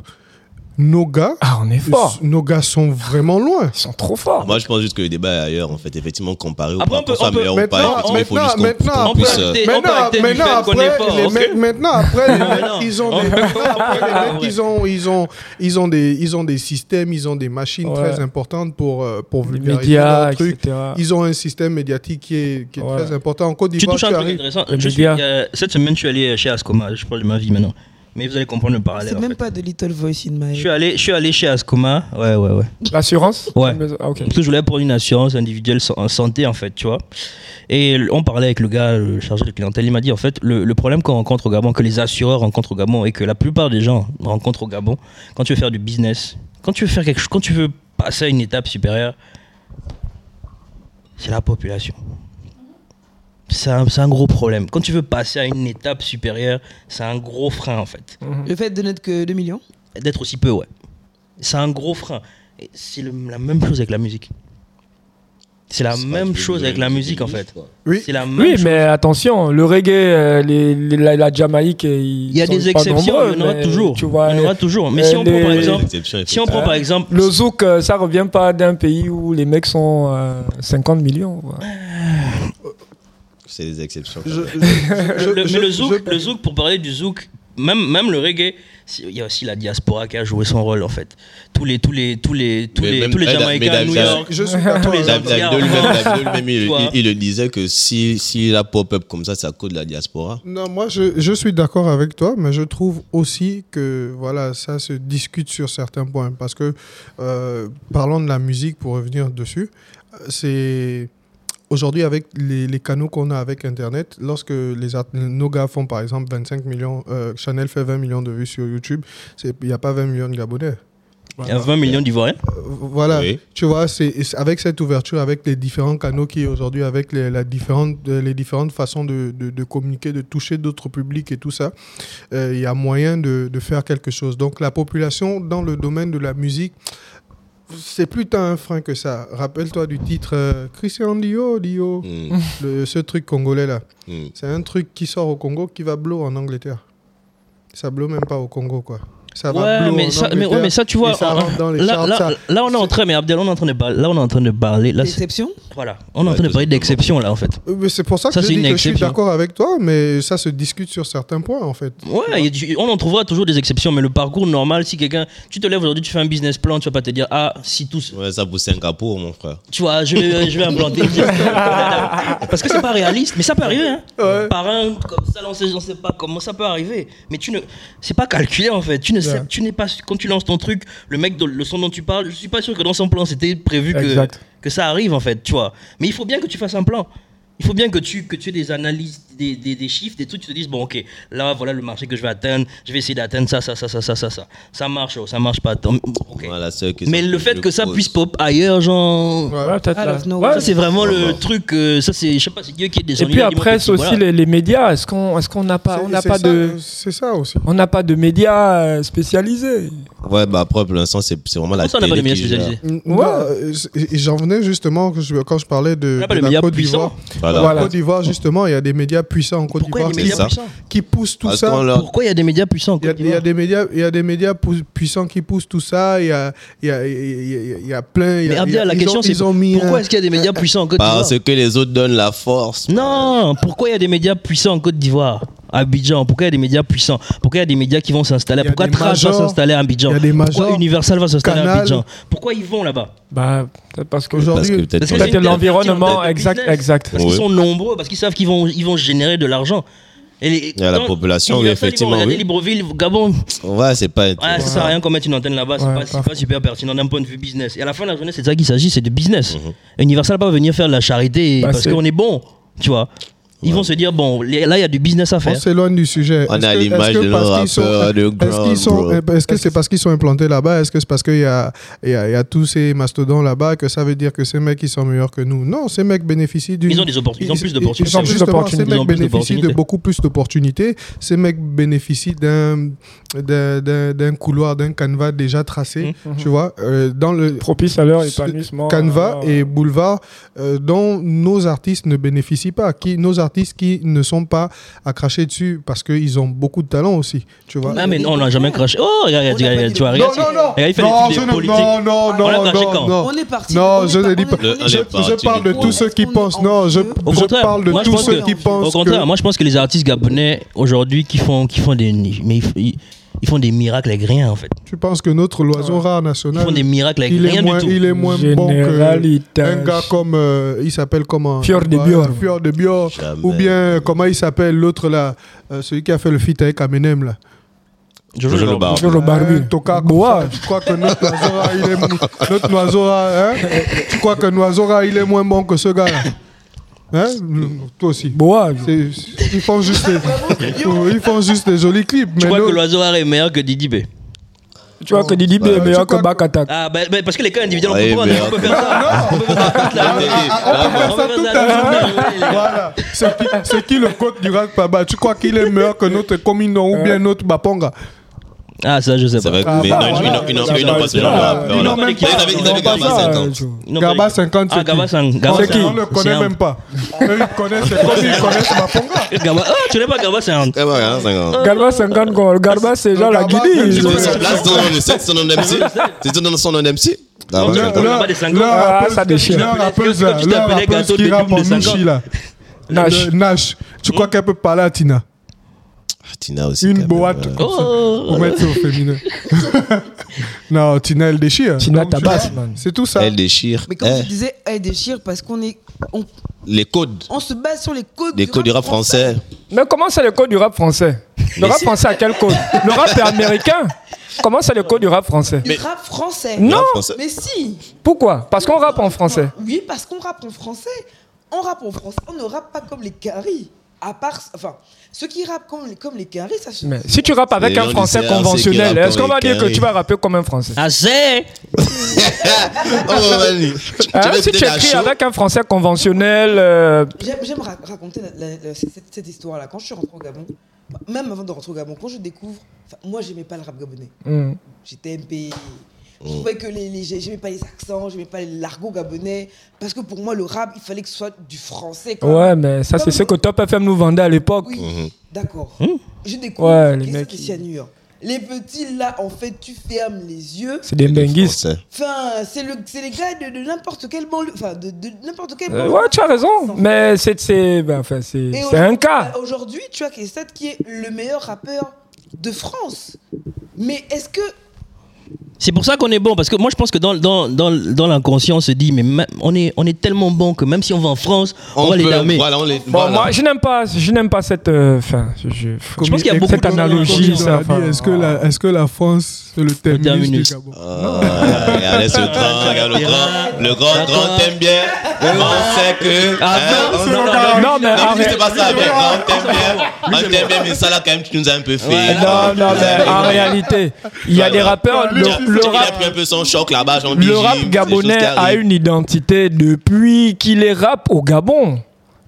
nos gars, Ah, on est fort. nos gars sont vraiment loin. Ils sont trop forts. Moi, je pense juste que le débat est ailleurs, en fait. Effectivement, comparé ou Après, pas, Ah, on peut- qu'on soit on peut- meilleur ou Maintenant, pas, effectivement, il faut maintenant, juste qu'on- maintenant, qu'on on peut puisse, euh, accepter- Et on Maintenant, peut acter du maintenant, fait qu'on après, est fort, les ok mecs- maintenant, après, les mecs, non. ils ont des, On- maintenant, après, les Ah, mecs, ouais. ils ont, ils ont, ils ont des, ils ont des systèmes, ils ont des machines Ouais. très importantes pour, euh, pour Les vulgariser médias, leur truc. etc. Ils ont un système médiatique qui est, qui est Ouais. très important. En Côte Tu d'Ivoire, touches tu, un truc arrives. intéressant. Le Je suis, média. euh, cette semaine, je suis allé chez Ascoma. Je parle de ma vie maintenant. Mais vous allez comprendre le parallèle. C'est en même fait. pas de Little Voice in My Je suis allé, je suis allé chez Ascoma. Ouais, ouais, ouais. L'assurance Ouais. Ah, ok. Parce que je voulais prendre une assurance individuelle sa- en santé, en fait, tu vois. Et l- on parlait avec le gars, le chargé de clientèle, il m'a dit, en fait, le, le problème qu'on rencontre au Gabon, que les assureurs rencontrent au Gabon et que la plupart des gens rencontrent au Gabon, quand tu veux faire du business, quand tu veux faire quelque chose, quand tu veux passer à une étape supérieure, c'est la population. C'est un, c'est un gros problème. Quand tu veux passer à une étape supérieure, c'est un gros frein, en fait. Le fait de n'être que 2 millions D'être aussi peu, ouais. C'est un gros frein. Et C'est le- la même chose avec la musique. C'est la c'est pas même du- chose du- avec la du- musique, du- en fait. quoi. Oui. C'est la même Oui, chose. mais attention, le reggae, euh, les- les- la, la Jamaïque, euh, Il y a des exceptions, il y en aura toujours. Tu vois, il y en aura toujours. Mais si on les- prend par Ouais, exemple, L'exception, si on effectivement. prend par exemple, le zouk, euh, ça revient pas d'un pays où les mecs sont euh, 50 millions. quoi. C'est des exceptions. Je- je- le, je- mais je- le zouk, je- le zouk, pour parler du zouk, même même le reggae, si- il y a aussi la diaspora qui a joué son rôle en fait. Tous les tous les tous les tous Mais les même- tous les eh, Jamaïcains à mesdames, New ça- York. Je suis d'accord. les avec- Antilles. Davido lui-même, Davido lui-même, il, Tu vois. il- il le disait que si, si la pop-up comme ça, c'est à cause de la diaspora. Non, moi, je, je suis d'accord avec toi, mais je trouve aussi que voilà, ça se discute sur certains points. Parce que, euh, parlons de la musique, pour revenir dessus, euh, c'est... Aujourd'hui, avec les, les canaux qu'on a avec Internet, lorsque les art- nos gars font par exemple 25 millions, euh, Chanel fait 20 millions de vues sur YouTube, c'est- il n'y a pas 20 millions de Gabonais. Il y a 20 millions d'Ivoiriens. Euh, voilà, Oui. tu vois, c'est c'est avec cette ouverture, avec les différents canaux qui aujourd'hui, avec les, la différente, euh, les différentes façons de, de- de communiquer, de toucher d'autres publics et tout ça, euh, il y a moyen de, de faire quelque chose. Donc la population dans le domaine de la musique, c'est plus tant un frein que ça. Rappelle-toi du titre euh, Christian Dio, Dio, Hmm, le- ce truc congolais là. hmm. C'est un truc qui sort au Congo qui va blow en Angleterre. Ça blow même pas au Congo quoi. Ça va Ouais, blow en mais ça, mais, ouais, Angleterre, mais ça, tu et vois. ça on- rentre dans les là, charts, là- ça- là, on est en train, mais Abdel, on est en train de parler. Là, on est en train de parler. Là, c'est- Exception voilà, on est en Ouais, train de tout parler simplement. d'exception là, en fait. Euh, Mais c'est pour ça que Ça, je c'est dis une que je suis exception. d'accord avec toi, mais ça se discute sur certains points en fait. Ouais, y a du- on en trouvera toujours des exceptions, mais le parcours normal, si quelqu'un. Tu te lèves aujourd'hui, tu fais un business plan, tu vas pas te dire, ah, si tous. Ouais, ça pour Singapour, mon frère. Tu vois, je vais, je vais implanter. une gestion coloniale. Parce que c'est pas réaliste, mais ça peut arriver. Hein. Par un, comme ça, on sait, on sait pas comment ça peut arriver. Mais tu ne. C'est pas calculé, en fait. Tu ne sais- Ouais. tu n'es pas. Quand tu lances ton truc, le mec, dont- le son dont tu parles, je suis pas sûr que dans son plan, c'était prévu que, Exact. que ça arrive, en fait, tu vois. Mais il faut bien que tu fasses un plan. Il faut bien que tu, que tu aies des analyses, des, des, des chiffres, des trucs, tu te dises, bon, ok, là, voilà le marché que je vais atteindre, je vais essayer d'atteindre ça, ça, ça, ça, ça, ça, ça. Ça marche, oh, ça marche pas. tant- ok. Voilà, c'est eux qui Mais sont le plus fait que ça pros. puisse pop ailleurs, genre. Ouais. Ouais, peut-être Out là. of nowhere. Ouais, Ça, c'est vraiment le Ouais. truc. euh, ça, c'est. Je sais pas, c'est Dieu qui est Et descendu. puis il a dit, après, moi, c'est aussi voilà. les, les médias. Est-ce qu'on est qu'on n'a pas, C'est- on n'a c'est pas ça- de. C'est ça aussi. On n'a pas de médias euh, spécialisés. Ouais, bah après, pour l'instant, c'est c'est vraiment la Pourquoi ça, on n'a pas télé les médias qui gère. spécialisés N- non, euh, c- et J'en venais justement que je- quand je parlais de, On n'a Ah, pas de les médias la Côte puissants. d'Ivoire. Voilà. La Côte d'Ivoire, justement, il y a des médias puissants en Côte Pourquoi il y a d'Ivoire des c'est médias ça. puissants qui poussent tout Parce ça. qu'on leur- Pourquoi il y a des médias puissants en Il y, a, Côte il y a d'Ivoire des médias, il y a des médias pu- puissants qui poussent tout ça. Il y a, il y a, il y a- il y a- il y a plein. il Mais y a- il y a- Abdel, la ils question ont- c'est ils ont mis pourquoi un- Ah. Bah, est-ce qu'il y a des médias puissants en Côte d'Ivoire Parce Bah, que les autres donnent la force. Non, pourquoi il y a des médias puissants en Côte d'Ivoire à Abidjan, pourquoi il y a des médias puissants Pourquoi il y a des médias qui vont s'installer Il y a Pourquoi des Trash va majors, s'installer à Abidjan il y a des Pourquoi majors, Universal va s'installer à Canal. Abidjan Pourquoi ils vont là-bas Bah, peut-être parce que. Aujourd'hui, Parce que peut-être. Parce que qu'on- c'est Peut-être une l'environnement, alternative de exact, business. exact. Parce qu'ils Ouais. sont nombreux, parce qu'ils savent qu'ils vont, ils vont générer de l'argent. Et les- Il y a la quand population, oui, Universal, ils vont effectivement, regarder oui. Libreville, Gabon, Ouais, c'est pas. Ouais, Ah, ça sert à rien qu'on mette une antenne là-bas, c'est Ouais, pas, c'est pas pas super pertinent d'un point de vue business. Et à la fin de la journée, c'est de ça qu'il s'agit, c'est de business. Universal va pas venir faire de la charité Bah, parce c'est- qu'on est bon, tu vois. Ils vont se dire, bon, les- là, il y a du business à On faire. s'éloigne du sujet. On Est-ce a que- l'image est-ce que de parce nos qu'ils sont- rappeurs, de Est-ce Ground qu'ils sont- Bro. est-ce que c'est parce qu'ils sont implantés là-bas Est-ce que c'est parce qu'il y a, il y, a, il y a tous ces mastodons là-bas que ça veut dire que ces mecs ils sont meilleurs que nous Non, ces mecs bénéficient d'une. Ils ont des opportunités, ils ont plus d'opportunités. Ils ont Ils ont plus plus d'opportunités. d'opportunités. Ces Ils ont mecs plus bénéficient de d'opportunités. beaucoup plus d'opportunités. Ces mecs bénéficient d'un d'un- d'un d'un couloir, d'un canevas déjà tracé. Mmh, Tu vois, euh, dans le Propice à leur ce épanouissement. Canva alors, euh, et Boulevard euh, dont nos artistes ne bénéficient pas. Qui, nos artistes qui ne sont pas à cracher dessus parce qu'ils ont beaucoup de talent aussi. Tu vois Ah, mais non, on l'a jamais craché. Oh, regarde, regarde, On a pas regarde, dit tu vois, le- non, regarde. non, non, regarde, il fait des non, trucs Ah, je de ne- politique. non, non, On l'a non, craché quand non, non. On est parti. Non, on est je par- ne dis on pas. est- Le- on Je, est parti je parle de du tous ceux qui On est- pensent. on- Non, je, Au je contraire, parle de moi, je tous pense ceux que- qui Au pensent. contraire, que- moi je pense que les artistes gabonais aujourd'hui qui font, qui font des mais ils, ils- ils font des miracles avec rien en fait. Tu penses que notre oiseau rare Ils national, font des miracles avec il rien est moins, du tout. il est moins bon que Généralité. un gars comme euh, il s'appelle comment Fior de Ouais, Bior. Fior de Bior. Jamais. Ou bien euh, comment il s'appelle l'autre là, euh, celui qui a fait le feat avec Eminem là. Jojo Jojo le le Barbe. barbe. Toujours le barbu. Hein, Toka, comme Bois. ça, tu crois que notre oiseau rare, il est, mou- notre oiseau rare, hein, tu crois que oiseau rare, il est moins bon que ce gars là. Hein Toi aussi. Bois. C'est- c'est- ils font juste des, ils font juste des jolis clips. Tu mais crois nous- que l'oiseau rare est meilleur que Didi B Tu vois que Didi B est Bah, meilleur tu que crois- Back Attack. Ah bah, bah, parce que les cas individuels on Ouais, peut prendre, mais- on peut faire ça. On peut faire ça toute la journée. on peut faire On ça peut toute faire la ça toute journée. la journée. Voilà. C'est qui, c'est qui le coach du rap Baba Tu crois qu'il est meilleur que notre Comino Euh. ou bien notre Baponga Ah ça je sais C'est pas. vrai que- Ah, mais bah, non, ils voilà. n'ont- ils n'ont Ça ils n'ont va, pas ce ça genre de va. rap. Ils n'ont voilà. même hein, Ils pas- avaient- ils ils n'ont avaient pas gardé ça, cet euh, angle. tu vois. Non, Gaba mais- 50, Ah c'est Gaba qui Sang. Gaba C'est qui Sang. On le C'est connaît un- même pas. Eux, ils connaissent, c'est comme ils connaissent Baponga. Gaba- Ah tu n'es pas Gaba c'est un. Eh ouais, hein, c'est un- Garba 50 goals. Garba, c'est genre la Garba, Guinée. tu Tu Ouais. veux sa place dans le c'est son nom d'MC C'est ton nom- son nom d'MC Ah Non, ouais, tu j'entends. On n'a pas des cinquante. leur Ah, rappelle- ça déchire. leur rappelle Est-ce que tu leur t'appelais rappelle gâteau qui de rappe Bédoum en de cinquante Michi, là. Nash. Le Nash. Tu crois qu'elle peut parler à Tina Ah, Tina aussi. quand Une même, boîte. euh, comme ça. Oh. Pour mettre ça au féminin. non, Tina, elle déchire. Tina Donc, tu tabasse, vois, man. C'est tout ça. Elle déchire. Mais comme Eh, tu disais, elle déchire parce qu'on est, on, Les codes. on se base sur les codes. Les codes du rap français. Mais comment c'est le code du rap français Le rap français à quel code Le rap est américain Comment c'est le code du rap français Du rap français. Non. rap français. Mais si. Pourquoi Parce qu'on rappe en français. Oui, parce qu'on rappe en français. On rappe en français. On ne rappe pas comme les caries. À part, enfin, ceux qui rappent comme les, comme les caries, ça se. Mais si tu rappes avec Les gens un du français CRC qui conventionnel, rappent est-ce qu'on va avec dire que un tu vas rapper comme un français Ah c'est Oh, vas-y. Tu Hein, vas Si écouter tu la écris show. avec un français conventionnel, euh, J'aime j'aime rac- raconter la- la- la- cette, cette histoire-là. Quand je suis rentrée au Gabon, même avant de rentrer au Gabon, quand je découvre. enfin, Moi, j'aimais pas le rap gabonais. hmm, J'étais MP. Je trouvais que les, les- j'aimais pas les accents, j'aimais pas l'argot gabonais. Parce que pour moi, le rap, il fallait que ce soit du français. quoi. ouais, mais ça c'est ce que Top FM nous vendait à l'époque. Oui, Mhm. d'accord. Je Hmm? Ouais, découvre les qu'est-ce mecs, que ils- c'est cyanure. Les petits, là, en fait, tu fermes les yeux. C'est des benguistes. Français. Enfin, c'est le, c'est les gars de, de n'importe quel banlieue. Enfin, de, de n'importe quel Euh, banlieue. ouais, tu as raison, mais c'est c'est- ben, enfin, c'est- Et euh, c'est un aujourd'hui- bah, cas. Aujourd'hui, tu as Kessat qui est le meilleur rappeur de France. Mais est-ce que. C'est pour ça qu'on est bon, parce que moi je pense que dans, dans, dans, dans l'inconscient on se dit, mais même- on, est, on est tellement bon que même si on va en France, on, va les peut- damer. Voilà, on les. Bon, voilà. moi, je n'aime pas, je n'aime pas cette. euh, Enfin, je, je- Je pense qu'il y a beaucoup cette de- analogie. Comme ça, on l'a dit, enfin, Est-ce que, la- est-ce que la France, c'est le terminus du terminus. Gabon Ah, Regardez ce grand, regarde le grand, le grand, grand t'aime bien. On sait que. Ah, hein, non, on- c'est non, non, le grand. non, Non, mais non, arrête. Ah, c'est pas ça, mais on t'aime bien. On t'aime bien, mais ça là, quand même, tu nous as un peu fait. Ouais, Non, Ah, non, mais en réalité, il y a des rappeurs. Il a- Le, le il a rap, pris un peu son choc là-bas, j'en le rap gabonais a une identité depuis qu'il est rap au Gabon.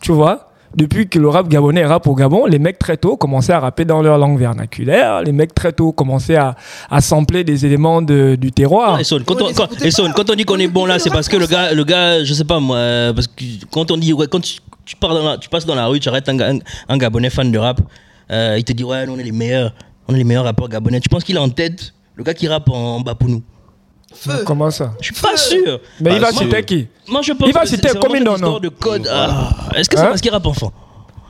Tu vois depuis que le rap gabonais est rap au Gabon, les mecs très tôt commençaient à rapper dans leur langue vernaculaire, les mecs très tôt commençaient à, à sampler des éléments de- du terroir. Esson, Ah, quand, on, On Oh, les quand- écoutait Esson, pas. quand on dit qu'on On est bon là, écoutait c'est le parce que le rap gars, le gars, je sais pas moi, euh, parce que quand on dit, ouais, quand tu, tu pars dans la- tu passes dans la rue, tu arrêtes un, ga- un- un Gabonais fan de rap, euh, il te dit, ouais, nous on est les meilleurs, on est les meilleurs rappeurs gabonais. Tu penses qu'il a en tête le gars qui rappe en, Bapounou Feu Comment ça Je suis pas sûr. Bah, Mais il va Parce que- citer qui Moi je pense Il va que c'est- citer c'est Commune vraiment cette Nono. histoire de code. Ah, Est-ce que c'est Hein parce qu'il rappe enfant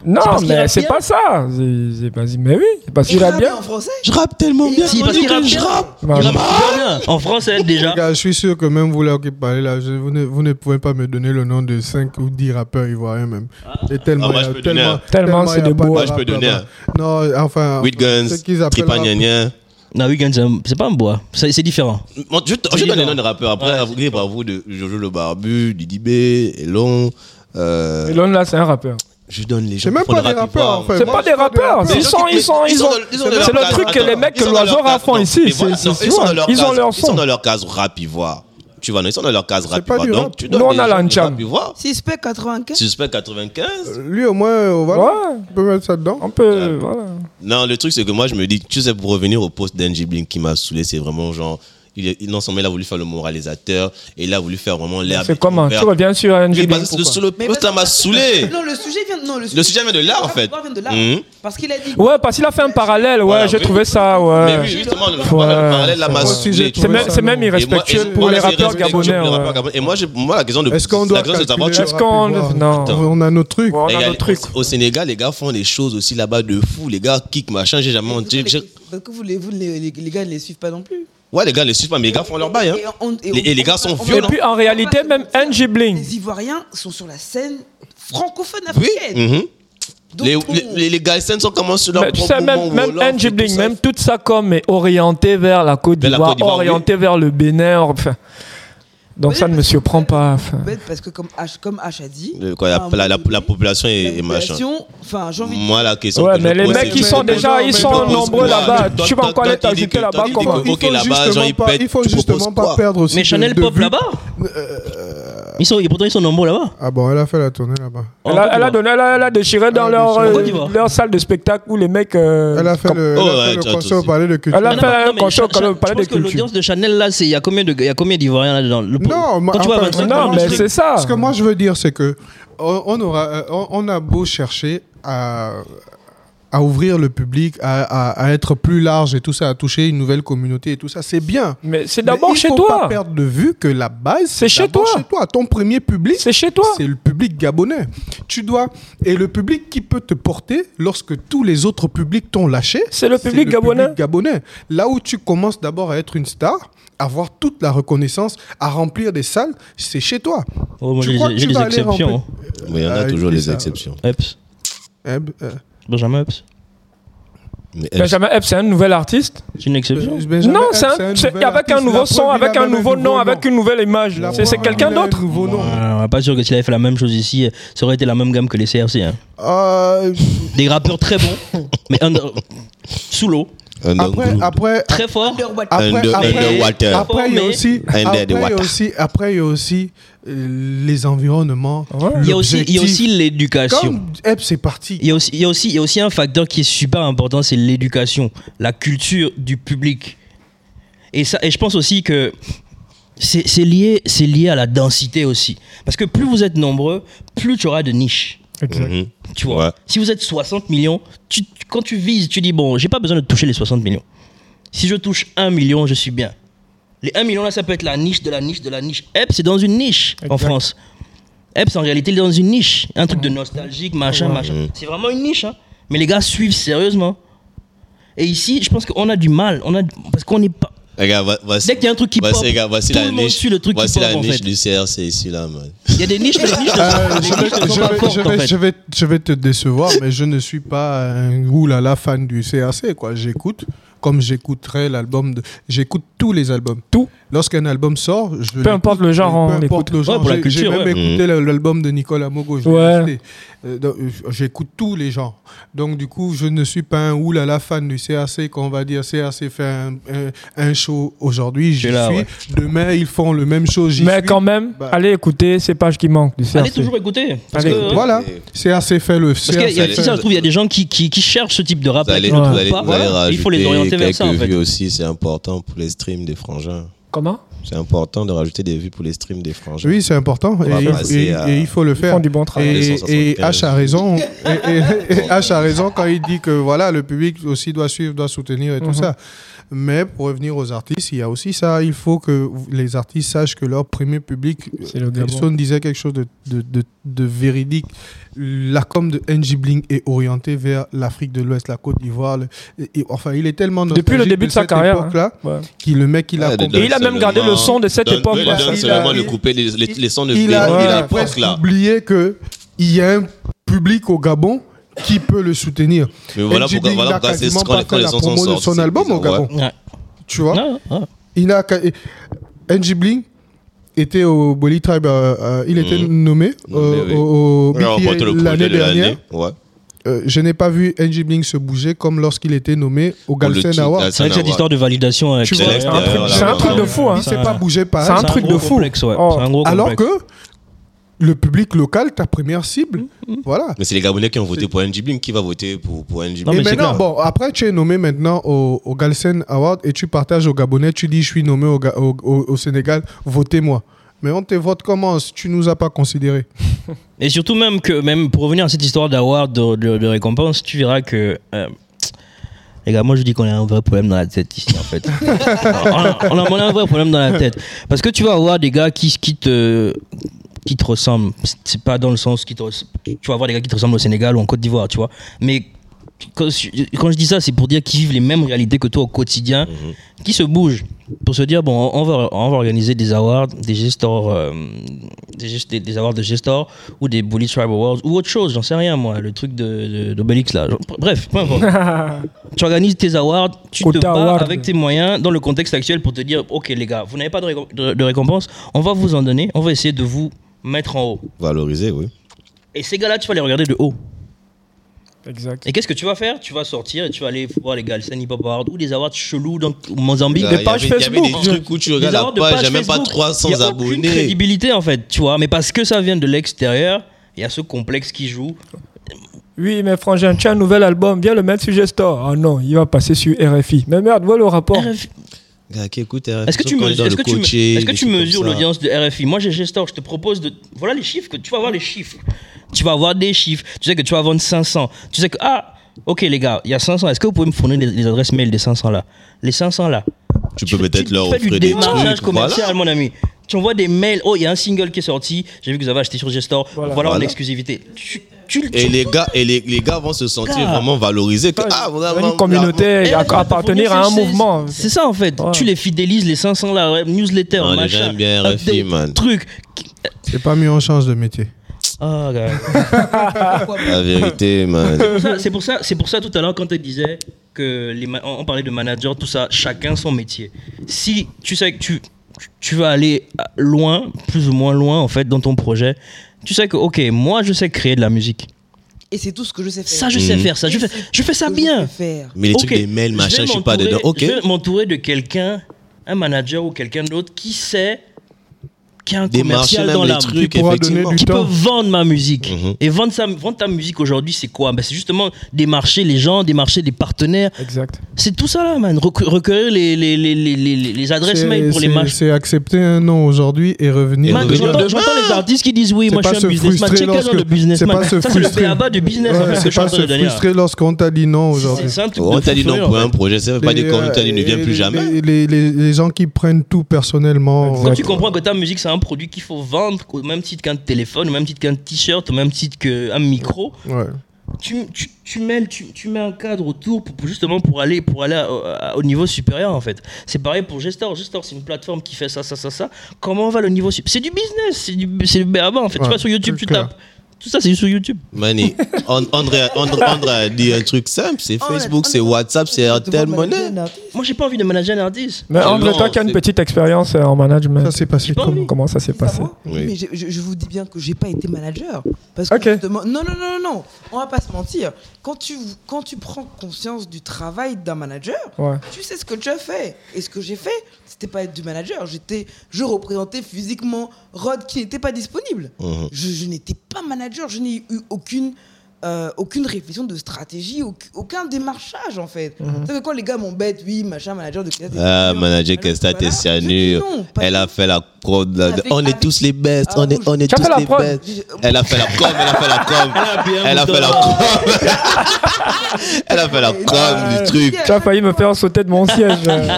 Non, parce qu'il mais rappe c'est bien pas ça. C'est- c'est pas- mais oui, c'est parce qu'il Il rappe bien. en français Je rappe tellement bien. Si, parce qu'il rappe bien. Il rappe Bah, super bien. En français déjà. Les gars, je suis sûr que même vous là qui parlez là, je- vous, ne, vous ne pouvez pas me donner le nom de 5 ou 10 rappeurs ivoiriens même. Et tellement, Ah, moi, il y a- je peux donner un. Tellement, il y c'est a des pas beaux. Moi, je rap peux donner là-bas. Non, enfin. Whit enfin, Guns, ce qu'ils appellent rap- Tripagnanien. Non, Wigan, c'est un- c'est pas un bois. C'est c'est différent. Moi, Je te- C'est je donne les différent. noms de rappeurs. Après, Ouais, vous libre à vous de Jojo le Barbu, Didi B, Elon. euh, Elon là, c'est un rappeur. Je donne les gens. C'est même qui font pas du des rap rappeurs, ivoire. en fait. C'est Moi, pas je des suis pas des rappeurs. rappeurs. Ils sont, ils sont, ils sont. leur C'est le case. truc que les Attends, mecs ils sont dans l'oiseau leur rare case. font Non, ici. ils sont- C'est- non, c'est- Ils tu sont dans vois, leur ils ont case- leur ils sont son. dans leur case rap ivoire. Tu vois, non, ils sont dans leur case rap pas ivoire. du Donc, rap. tu donnes Nous, on les a gens la du Ncham. rap ivoire. Suspect 95 Suspect 95. Lui, au moins, euh, voilà. Ouais. On peut mettre ça dedans. On peut. voilà. Ah, Non, le truc, c'est que moi, je me dis, tu sais, pour revenir au poste d'Angie Blink qui m'a saoulé, c'est vraiment genre, Il, est- il- non seulement il a voulu faire le moralisateur, et il a voulu faire vraiment l'air. C'est comment Tu reviens sur un Oui, jeu parce que sur le Mais poste, ça parce- m'a parce que- saoulé. Non, le sujet vient, non, le sujet, Le sujet vient de là, en fait. vient de là. Mhm. Parce qu'il a dit. Ouais, parce qu'il a fait un parallèle, ouais, Voilà, j'ai oui. trouvé ça, ouais. Mais oui, justement, le, voilà, le parallèle là m'a Ouais. Aussi, saoulé. j'ai C'est trouvé même, ça c'est même long. Et moi- et irrespectueux je- pour voilà, les c'est rappeurs irrespectueux pour les gabonais. ouais. rappeurs gabonais. Et moi, j'ai- moi, la question de. Est-ce qu'on la doit question de savoir, calculer tu- le Est-ce qu'on- rapport non. On a nos trucs. Ouais, on Et a il y a- notre truc. Au Sénégal, les gars font des choses aussi là-bas de fou. Les gars kick, machin, j'ai jamais Parce que entendu. les- parce que vous, les, vous, les, les- les gars ne les suivent pas non plus. Ouais, les gars les suivent pas, mais les gars font leur bail. Hein. Et, on- Les- et on- et les gars sont on- on- Et violents. puis en réalité, même un gibling. Les Ivoiriens sont sur la scène francophone Oui. africaine. mhm. Donc, Les, on- les, les gars ils sont comment sur leur Mais tu propre sais, même, mouvement même Wolof et NG Bling, tout ça. même toute sa com est orientée vers la Côte Vers la d'Ivoire, Côte d'Ivoire, orientée vers le Bénin. enfin. donc Oui, ça ne me parce que- surprend pas. enfin. Bête parce que comme H, comme H a dit. Le- quoi, la, à un la, la, moment donné, la population est, la est machin. population- Enfin, j'ai envie de Moi, la question. Ouais, que mais je les pose, mecs, c'est ils que- sont déjà, mais ils je sont propose nombreux quoi là-bas. Toi- tu vas toi- encore toi aller qui dis t'ajouter Ah, que- là-bas toi qui dis comment que- convoquer il faut là-bas, justement genre, ils pas- pètent, il faut tu proposes justement pas quoi perdre aussi Mais de- Chanel de Pop vue. là-bas Euh. ils sont, et Pourtant, ils sont nombreux là-bas. Ah bon, elle a fait la tournée là-bas. elle a, elle a donné, elle a, elle a déchiré dans Ah, leur, bien sûr. euh, Côte d'Ivoire. leur salle de spectacle où les mecs. euh, Elle a fait comme- le, Oh, elle a ouais, fait le toi, toi concert au aussi. Palais de Culture. Elle a fait- un concert quand même, je parler pense de que culture. l'audience de Chanel là, c'est il y a combien de il y a combien d'Ivoiriens là-dedans Le- Non, quand mais tu vas à attends, 25, Non, Non, mais je- c'est ça. Ce que moi je veux dire, c'est que on, on aura, euh, on, on a beau chercher à, à ouvrir le public, à, à- à être plus large et tout ça, à toucher une nouvelle communauté et tout ça, c'est bien. Mais c'est Mais d'abord il chez faut toi. pas perdre de vue que la base, C'est chez d'abord toi. Chez toi, ton premier public, C'est chez toi. c'est le public gabonais. Tu dois et le public qui peut te porter lorsque tous les autres publics t'ont lâché. C'est le public gabonais. public gabonais. Là où tu commences d'abord à être une star, à avoir toute la reconnaissance, à remplir des salles, c'est chez toi. Oh, moi, Tu j'ai crois des- que j'ai tu des vas aller exceptions. remplir- Mais il y en Ah, a oui, toujours c'est les ça. exceptions. hein. Eps. Eh ben, euh, Benjamin Eps. Mais elle- Benjamin Epps, c'est un nouvel artiste. C'est une exception. Benjamin non, Epps, c'est un, c'est- nouvel avec un artiste. nouveau La son, preuve, il avec a un même nouveau nom, avec une nouvelle image. La C'est c'est preuve, quelqu'un il a un d'autre. nouveau nom. Euh, pas sûr que s'il avait fait la même chose ici, euh, ça aurait été la même gamme que les CRC. hein. Euh, Des rappeurs très bons, mais under- sous l'eau, un après, groupe. après, très Hmm. fort. Underwater. après, Under- après- Underwater. après, il y a Mais- aussi, Under après, il y a water. aussi, après, il y a aussi euh, les environnements. Ouais. Ah Il y a aussi, il y a aussi l'éducation. Comme Epps est parti, Il y, a aussi, il, y a aussi, il y a aussi un facteur qui est super important, c'est l'éducation, la culture du public. Et, ça, et je pense aussi que c'est c'est lié, c'est lié à la densité aussi. Parce que plus vous êtes nombreux, plus tu auras de niches. Mhm. Tu vois, Ouais. si vous êtes 60 millions, tu- tu- quand tu vises, tu dis bon, j'ai pas besoin de toucher les 60 millions. Si je touche 1 million, je suis bien. Les 1 million là, ça peut être la niche de la niche de la niche. Eps, c'est dans une niche en Exact. France. Eps, en réalité, il est dans une niche. Un truc de nostalgique, machin, machin. C'est vraiment une niche. hein. Mais les gars suivent sérieusement. Et ici, je pense qu'on a du mal. On a, parce qu'on n'est pas. Regarde, vo- voici. Dès qu'il y a un truc qui voici, pop, regarde, voici tout la le monde niche, suit le truc qui voici pop, la en niche fait. du CRC ici là, man. Il y a des niches, mais les niches ne sont- les Euh, je, vais, niches ne je sont pas vais- fortes, je en vais- fait. je vais- je vais te décevoir, mais je ne suis pas un oulala fan du CRC. quoi. J'écoute comme j'écouterais l'album. de- J'écoute tous les albums. Tout. Lorsqu'un album sort, je l'écoute, importe le genre, on Peu importe le genre. pour la J'ai- culture, J'ai même ouais. Mmh. écouté la- l'album de Nicolas Mogo. je l'ai Ouais. acheté. Euh, donc, euh, J'écoute tous les genres. Donc du coup, je ne suis pas un oulala fan du CRC. Quand on va dire CRC fait un, un- un show aujourd'hui, j'y suis là, suis. ouais. Demain, ils font le même show, j'y Mais suis. quand même, Bah. allez écouter ces pages qui manquent du Allez CRC. toujours écouter. Parce Allez. que- Voilà, CRC fait le Parce que CRC y a- fait si ça se trouve, il y a des gens qui, qui, qui cherchent ce type de rap. Vous allez, qui vous le Ouais. allez, trouvent vous allez pas. Voilà. rajouter Il faut les orienter vers quelques ça en fait. vues aussi, c'est important pour les streams des frangins. Comment C'est important de rajouter des vues pour les streams des frangins. Oui, c'est important. va Et, il- passer et- à- et il faut le faire. font du bon travail. Et, et 175. H a raison. et, et- et H a raison quand il dit que voilà, le public aussi doit suivre, doit soutenir et tout ça. Mais pour revenir aux artistes, il y a aussi ça. Il faut que les artistes sachent que leur premier public. C'est le Gabon. Nelson disait quelque chose de, de, de- de véridique. La com de NG Bling est orientée vers l'Afrique de l'Ouest, la Côte d'Ivoire. le- et- et- enfin, il est tellement Depuis le nostalgique début de sa cette carrière, hein. époque-là, Ouais. qui le mec, il a Ouais, de- compris. Et il a même seulement- gardé le son de cette donne- époque, ouais, là. donne Il seulement a- le il- coupé, les, les, les sons de il a, de- ouais. il de a l'époque presque là. oublié que il y a un public au Gabon qui peut le soutenir. Mais voilà NG pourquoi, Bling voilà n'a pourquoi c'est quasiment quand, pas les- quand fait les la sons sont promo de sortis. son c'est album au bizarre, Gabon. ouais. Ouais. Tu vois, Ah, ah. il a NG Bling était au Bolly Tribe, euh, euh, il était nommé Mm. euh, Nommé, oui. au, au Ouais, on BTA porte le projet l'année de dernière. l'année. Ouais. Euh, je n'ai pas vu NG Bling se bouger comme lorsqu'il était nommé au Pour le Galsen titre, Award. Galsen C'est vrai que cette Award. histoire de validation euh, avec Tu vois, C'est un truc- Ouais, euh, c'est un ouais, truc ouais. de fou, hein. Il s'est pas bougé C'est un pareil. truc de fou. complexe, ouais. Oh. C'est un gros Alors complexe. que le public local, ta première cible. Voilà. Mais c'est les Gabonais qui ont voté pour Ndjibling. Qui va voter pour, pour Ndjibling Non, mais et c'est maintenant, clair. bon, après, tu es nommé maintenant au, au Galsen Award et tu partages au Gabonais, tu dis je suis nommé au, Ga- au- au- au Sénégal, votez-moi. Mais on te vote comment si tu nous as pas considérés Et surtout même que, même pour revenir à cette histoire d'award, de, de- de récompense, tu verras que... euh, les gars, moi je dis qu'on a un vrai problème dans la tête ici en fait. on, a, on a- on a un vrai problème dans la tête. Parce que tu vas avoir des gars qui, qui te qui te ressemblent. C'est pas dans le sens qui te res- Tu vas avoir des gars qui te ressemblent au Sénégal ou en Côte d'Ivoire, tu vois. Mais quand, je- quand je dis ça, c'est pour dire qu'ils vivent les mêmes réalités que toi au quotidien, qui se bougent pour se dire bon, on va, on va organiser des awards, des gestors, euh, des, gest- des- des awards de gestors ou des Bully Tribe Awards ou autre chose, j'en sais rien moi, le truc de- de- d'Obélix là. Genre, Bref, peu importe tu organises tes awards, tu Quota te bats award. avec tes moyens dans le contexte actuel pour te dire, ok les gars, vous n'avez pas de, récom- de- de récompense, on va vous en donner, on va essayer de vous mettre en haut. Valorisé, oui. Et ces gars-là, tu vas les regarder de haut. Exact. Et qu'est-ce que tu vas faire Tu vas sortir et tu vas aller voir les Galsen Hip Hop Awards ou des awards chelous dans au Mozambique. Là, il y pages avait- Il Bah, y avait Facebook. des trucs où tu Des regardes la awards de page, il n'y a page même pas Facebook. 300 Il y a aucune abonnés. crédibilité en fait, tu vois. Mais parce que ça vient de l'extérieur, il y a ce complexe qui joue. Oui, mais frangin, tu as un nouvel album, viens le mettre sur Gestor. Ah non, il va passer sur RFI. Mais merde, vois le rapport. Gars, qui écoute, hein, Est-ce que tu me mesures, est-ce que tu, me- est-ce que tu mesures l'audience de RFI Moi, j'ai Gestor, je te propose de. Voilà les chiffres, que tu vas avoir les chiffres. Tu vas avoir des chiffres. Tu sais que tu vas vendre 500. Tu sais que. Ah, ok, les gars, il y a 500. Est-ce que vous pouvez me fournir les, les adresses mail des 500 là Les 500 là. Tu peux fais- peut-être tu leur fais du offrir des démarchage trucs, commercial, mon ami. Tu envoies des mails. Oh, il y a un single qui est sorti. J'ai vu que vous avez acheté sur Gestor. Voilà, en Voilà. exclusivité. Tu, tu, tu- Et les gars, et les, les gars vont se sentir Gars. vraiment valorisés. Que, ah, vraiment, Une communauté, Eh, à- tu vas te appartenir fournir, à un c'est- c'est- mouvement. C'est ça en fait. Ouais. Tu les fidélises, les 500 là, ouais, newsletter, Non, les gens machin. aiment bien RFI, update, man. Truc. C'est pas mieux en change de métier. Ah, gars. Ah. La vérité, man. Ça, c'est pour ça, c'est pour ça tout à l'heure quand tu disais que les ma- on, on parlait de manager, tout ça, chacun son métier. Si tu sais que tu tu vas aller à- loin, plus ou moins loin en fait dans ton projet, tu sais que ok, moi je sais créer de la musique. Et c'est tout ce que je sais faire. Ça je sais Mhm. faire, ça je fais, je fais ça Que je bien. sais faire. Mais les Ok, trucs des mails, je machin, vais je suis pas m'entourer- dedans. Ok. Je vais m'entourer de quelqu'un, un manager ou quelqu'un d'autre qui sait qui a un Démarcher commercial dans même les l'âme. trucs, pourras donner effectivement. du- qui peut temps. vendre ma musique. Mhm. Et vendre, sa, vendre ta musique aujourd'hui, c'est quoi ben, C'est justement démarcher les gens, démarcher des partenaires. Exact. C'est tout ça là, man. Recue- recueillir les, les, les, les, les, les- les adresses C'est- mail pour les c'est- matchs. C'est accepter un nom aujourd'hui et revenir. Man, revenir J'entends demain. j'entends les artistes qui disent oui, Ah C'est moi je pas suis un se businessman. frustrer Check quel genre lorsque- de c'est pas businessman. se Ça, c'est le frustrer. béaba du business. en Ouais, fait, que c'est je suis en pas train de se donner, là. frustrer lorsqu'on t'a dit non aujourd'hui. C'est c'est un truc de On t'a dit non fou pour furieux, en un fait. projet, ça veut pas Les, dire qu'on t'a dit ne euh, viens plus les- jamais. Les, les- les gens qui prennent tout personnellement. Exact. Quand tu comprends que ta musique, c'est un produit qu'il faut vendre au même titre qu'un téléphone, au même titre qu'un t-shirt, au même titre qu'un micro, Ouais. tu, tu, tu, mêles- tu, tu mets un cadre autour pour, pour justement pour aller, pour aller à- au- à- au niveau supérieur en fait. C'est pareil pour Gestor. Gestor, c'est une plateforme qui fait ça, ça, ça, ça. Comment on va le niveau supérieur C'est du business, c'est du, c'est du béaba en fait. Ouais, tu vas sur YouTube, tu c'est clair. tapes. Tout ça, c'est sur YouTube. Mani, And- André, André, André a dit un truc simple c'est André- Facebook, c'est André- WhatsApp, c'est Je te vois Airtel manager Money. un Moi, j'ai pas envie de manager un artiste. Mais C'est André, long, toi qui as une c'est- petite expérience euh, en management, Ça s'est passé pas comment envie. comment ça s'est Ça passé va Oui. Mais je, je- je vous dis bien que j'ai pas été manager. Parce que Ok. justement- non, non, non, non, non, on va pas se mentir. Quand tu, quand tu prends conscience du travail d'un manager, Ouais. tu sais ce que tu as fait. Et ce que j'ai fait, c'était pas être du manager. J'étais, je représentais physiquement Rod qui n'était pas disponible. Mhm. Je, je n'étais pas manager. Je n'ai eu aucune, euh, aucune réflexion de stratégie, auc- aucun démarchage en fait. C'est que quand les gars m'embêtent, oui, machin, manager de Ah, manager Kesta Kesta Tessianur. Elle a fait la prod. là, de- Avec- on est tous les best. Ah, On est, on est Tu as tous fait la les prod best. Elle a fait la com. Elle a fait la com. Elle a fait la com. Elle a fait la com Ah, euh, du truc. Tu as failli me faire sauter de mon siège. euh.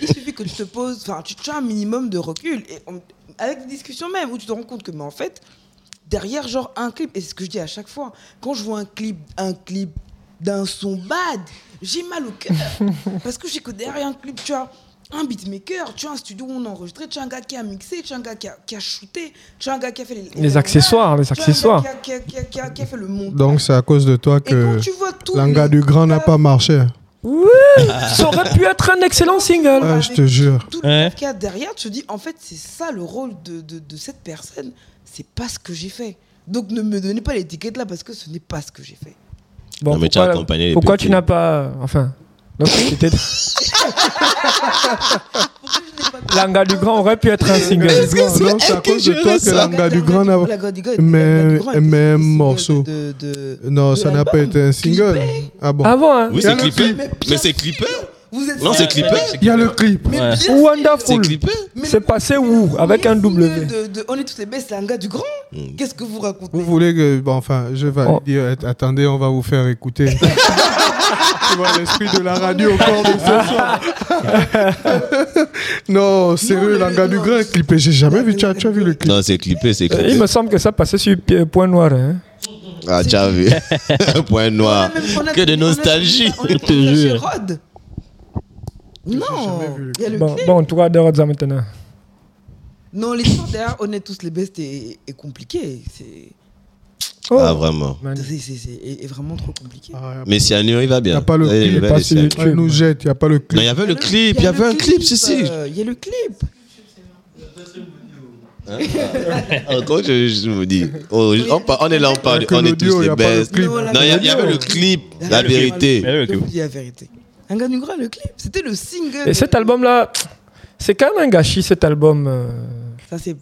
Il suffit que tu te poses, enfin, tu, tu as un minimum de recul. Et on- avec des discussions même, où tu te rends compte que, mais en fait, derrière, genre, un clip, et c'est ce que je dis à chaque fois, quand je vois un clip, un clip d'un son bad, j'ai mal au cœur. parce que j'ai que derrière un clip, tu as un beatmaker, tu as un studio où on a enregistré, tu as un gars qui a mixé, tu as un gars qui a, qui a shooté, tu as un gars qui a fait les, Les accessoires, les tu as un gars accessoires. qui a- qui a- qui a- qui a- qui a fait le montage. Donc c'est à cause de toi et quand que tu vois tout. l'anga du grand n'a pas marché. Ah. Ça aurait pu être un excellent single. Ah, je te jure. tout Ouais. le cas derrière, tu te dis, en fait, c'est ça le rôle de, de- de cette personne. C'est pas ce que j'ai fait. Donc ne me donnez pas l'étiquette là parce que ce n'est pas ce que j'ai fait. Bon, Non, mais tu as accompagné les pourquoi euh, petits. tu n'as pas. Enfin. Donc, c'était- Pourquoi je n'ai pas Langa du Grand aurait pu être un single. Est-ce que c'est- Non, c'est à est-ce que cause de je toi ressens- que Langa du Grand n'a- Langa du Grand était- Mais- Langa du Grand était mais sorti single morceau. de- de- de- Non, de ça n'a l'album. pas été un single. Ah bon Avant, hein. Oui, Il y a c'est le clippé. clip. Mais c'est clippé. Vous êtes Non, c'est sérieux clippé. Ouais. Il y a le clip. Mais Ouais. bien sûr. C'est Wonderful. clippé. Mais C'est le- passé où le Avec un single W. de- de On est tous les bêtes, Langa du Grand. Hmm. Qu'est-ce que vous racontez Vous voulez que. Bon, enfin, je vais Oh. dire. att- Attendez, on va vous faire écouter. tu vois l'esprit de la radio au corps de ce soir. non, sérieux, mais- Langa du non. Grand, clippé. J'ai jamais vu. Tu as, tu as vu le clip Non, c'est clippé, c'est Euh, Il clippé. me semble que ça passait sur P- Point Noir. hein. Ah, tu as vu. Point noir. Que de nostalgie. Je te jure. Rod. Non, jamais vu le il y a le Bon, clip. bon, tu vas dehors ça maintenant. Ah, Non, l'histoire derrière On est tous les bêtes est, est compliquée. C'est Oh. Ah, vraiment. Man. c'est- c'est- c'est- est- est vraiment trop compliqué. Ah, Mais Cyanure, il va bien. Y a pas le Ouais, clip, il va pas bien, celui- Cyanure. Il nous jette, il n'y a pas le Non, il clip. y avait le clip. y a Il y avait le un clip, si, si. euh, Il y a le clip. Encore, je, je vous dis. Oh, je- on, par- on est là, on parle. Que On est l'audio, tous y les a pas le best. clip. Non, la- Non, il y, a- il y avait le l'audio. clip. Il y La avait le clip. vérité. Eh Ouais, ok. Je vous dis la vérité. Un gars du grand, le clip, c'était le single. Et cet album-là, c'est quand même un gâchis, cet album. euh. Ça, c'est.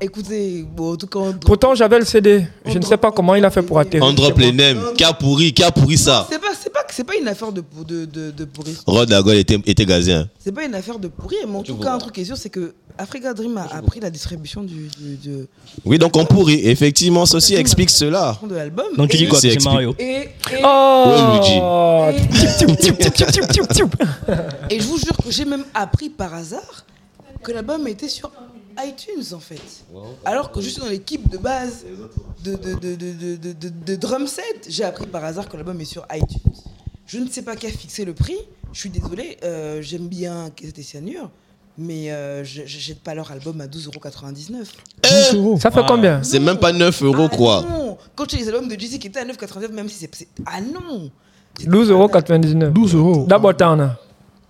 Écoutez, bon, en tout cas, on- Pourtant, j'avais le CD. Je ne sais pas comment il a fait pour atterrir. On drop les chez moi. nems. Qui a pourri, qui a pourri ça c'est pas, c'est pas, c'est pas une affaire de de de, de pourrir. Rod Dagol était, était gazé. hein. C'est pas une affaire de pourrir, mais en tout cas, un truc qui est sûr, c'est que Africa Dream a, a pris la distribution du, du, du- Oui, donc on pourrit. Effectivement, ceci explique cela. de l'album. Donc tu Et- dis quoi Ah, C'est C'est expliqué. Mario. Et, et, Oh et- Tiou, tiou, tiou, tiou, tiou, tiou, tiou. et je vous jure que j'ai même appris par hasard que l'album était sur iTunes en fait. Alors que je suis dans l'équipe de base de, de, de, de, de, de, de- de drum set, j'ai appris par hasard que l'album est sur iTunes. Je ne sais pas qui a fixé le prix, je suis désolé, euh, j'aime bien Caisse des Cyanures, mais euh, je, je jette pas leur album à 12,99€. 10 euros. Ça fait Wow. combien Eh, C'est même pas 9 euros, Ah quoi. non Quand j'ai les albums de Jay-Z qui étaient à 9,99, même si c'est. c'est- Ah non 12,99€. 12 euros. D'abord, hein. t'en as.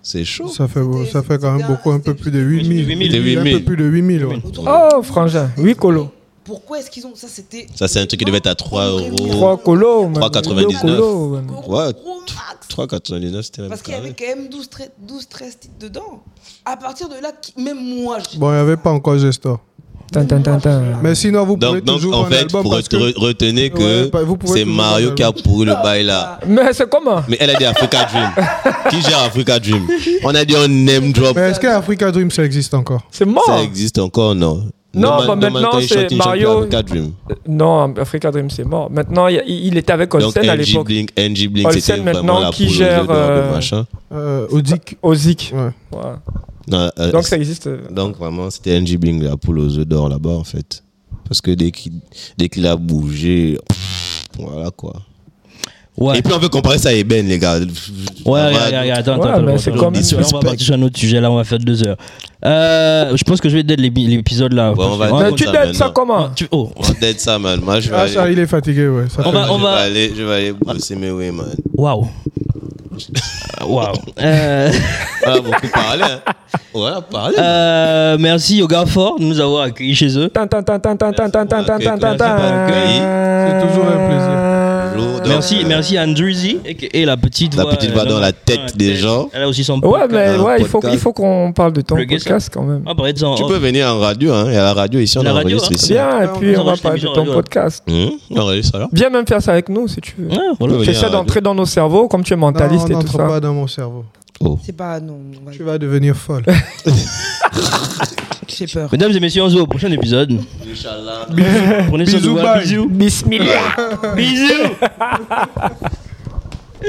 C'est chaud. Ça fait, ça fait quand même beaucoup, un peu plus de 8000. C'était 8 000. Un peu plus de 8000, ouais. Autour de- Oh, frangin. 8 colos. Pourquoi est-ce qu'ils ont. Ça, c'était. Ça, c'est un truc qui devait être à 3 euros. 3 colos. 3,99. 3,99. colos. man. Ouais, Gros max. 3,99, c'était même Parce qu'il y avait carré. quand même 12, 13, 12, 13 titres dedans. À partir de là, qui- même moi, j'ai- Bon, il n'y avait pas encore Gestor. Tin, tin, tin, tin. Mais sinon, vous pouvez Donc, donc, toujours en vendre fait, l'album pour parce que... re- retenez Ouais, que bah, vous pouvez c'est toujours Mario vendre qui a pourri le Ah, bail là. Mais c'est comment Mais elle a dit Africa Dream. qui gère Africa Dream On a dit on name drop. Mais est-ce qu'Africa Dream, ça existe encore C'est mort. Ça existe encore, non Oh. Non, man- bah, man, maintenant, quand il c'est chante, il chante Mario. plus Africa Dream. Non, Africa Dream, c'est mort. Maintenant, il- il était avec Donc, Olsen à NG l'époque. Blink, NG Blink, Olsen, c'était maintenant, vraiment la qui poule aux gère, yeux d'or de euh, machin. euh, Odic. Ozik. Ouais. Voilà. Non, euh, Donc, ça existe. Donc vraiment, c'était NG Bling, la poule aux œufs d'or là-bas en fait. Parce que dès qu'il dès qu'il a bougé, pff, voilà quoi. Ouais. Et puis on veut comparer ça à Eben, les gars. Ouais, Ouais, regarde, regarde, regarde, attends, Ouais, attends, mais attends, c'est attends, comme- attends, attends, on va partir sur un autre sujet là, on va faire deux heures. Euh, je pense que je vais dead l'épi- l'épisode là. Ouais, on va- Mais raconte tu ça dates ça maintenant. comment Tu- oh. On dead ça, man. Moi, je vais Ah, ça, aller. il est fatigué, ouais. Ça On fait va- mal. je, Vais aller, je vais aller bosser mes way, man. Waouh. Ah, Waouh. Euh, On a beaucoup parlé. Hein. On a parlé. euh, merci aux gars forts de nous avoir accueillis chez eux. Tin, tin, tin, tin, tin, tin, tin, tin, tin, tin, tin, tin. Merci C'est toujours un plaisir. Jour de- Merci, merci à Andreezy et la petite euh, La voix. petite voix euh, dans la tête des gens. Elle a aussi son Ouais, podcast. mais un ouais, il faut, podcast. il faut qu'on parle de ton Plugger ça. podcast quand même. Ah, par exemple, Tu oh, peux venir en radio, hein. Il y a la radio ici, on La radio, enregistre hein. ici. Bien, on et puis nous on va enregistre parler de l'émission ton radio. podcast. Hum, On enregistre alors. Viens même faire ça avec nous si tu veux. ouais, Ah, voilà. Ouais, Tu venir essaies en d'entrer dans nos cerveaux comme tu es Non, mentaliste on et tout n'entre ça. pas dans mon cerveau. Oh. c'est pas. Non, on va- Tu vas devenir folle. j'ai peur. Mesdames et messieurs, on se voit au prochain épisode. Prenez soin de Bisous, vous. bye. Bisous. Bismillah. Bisous.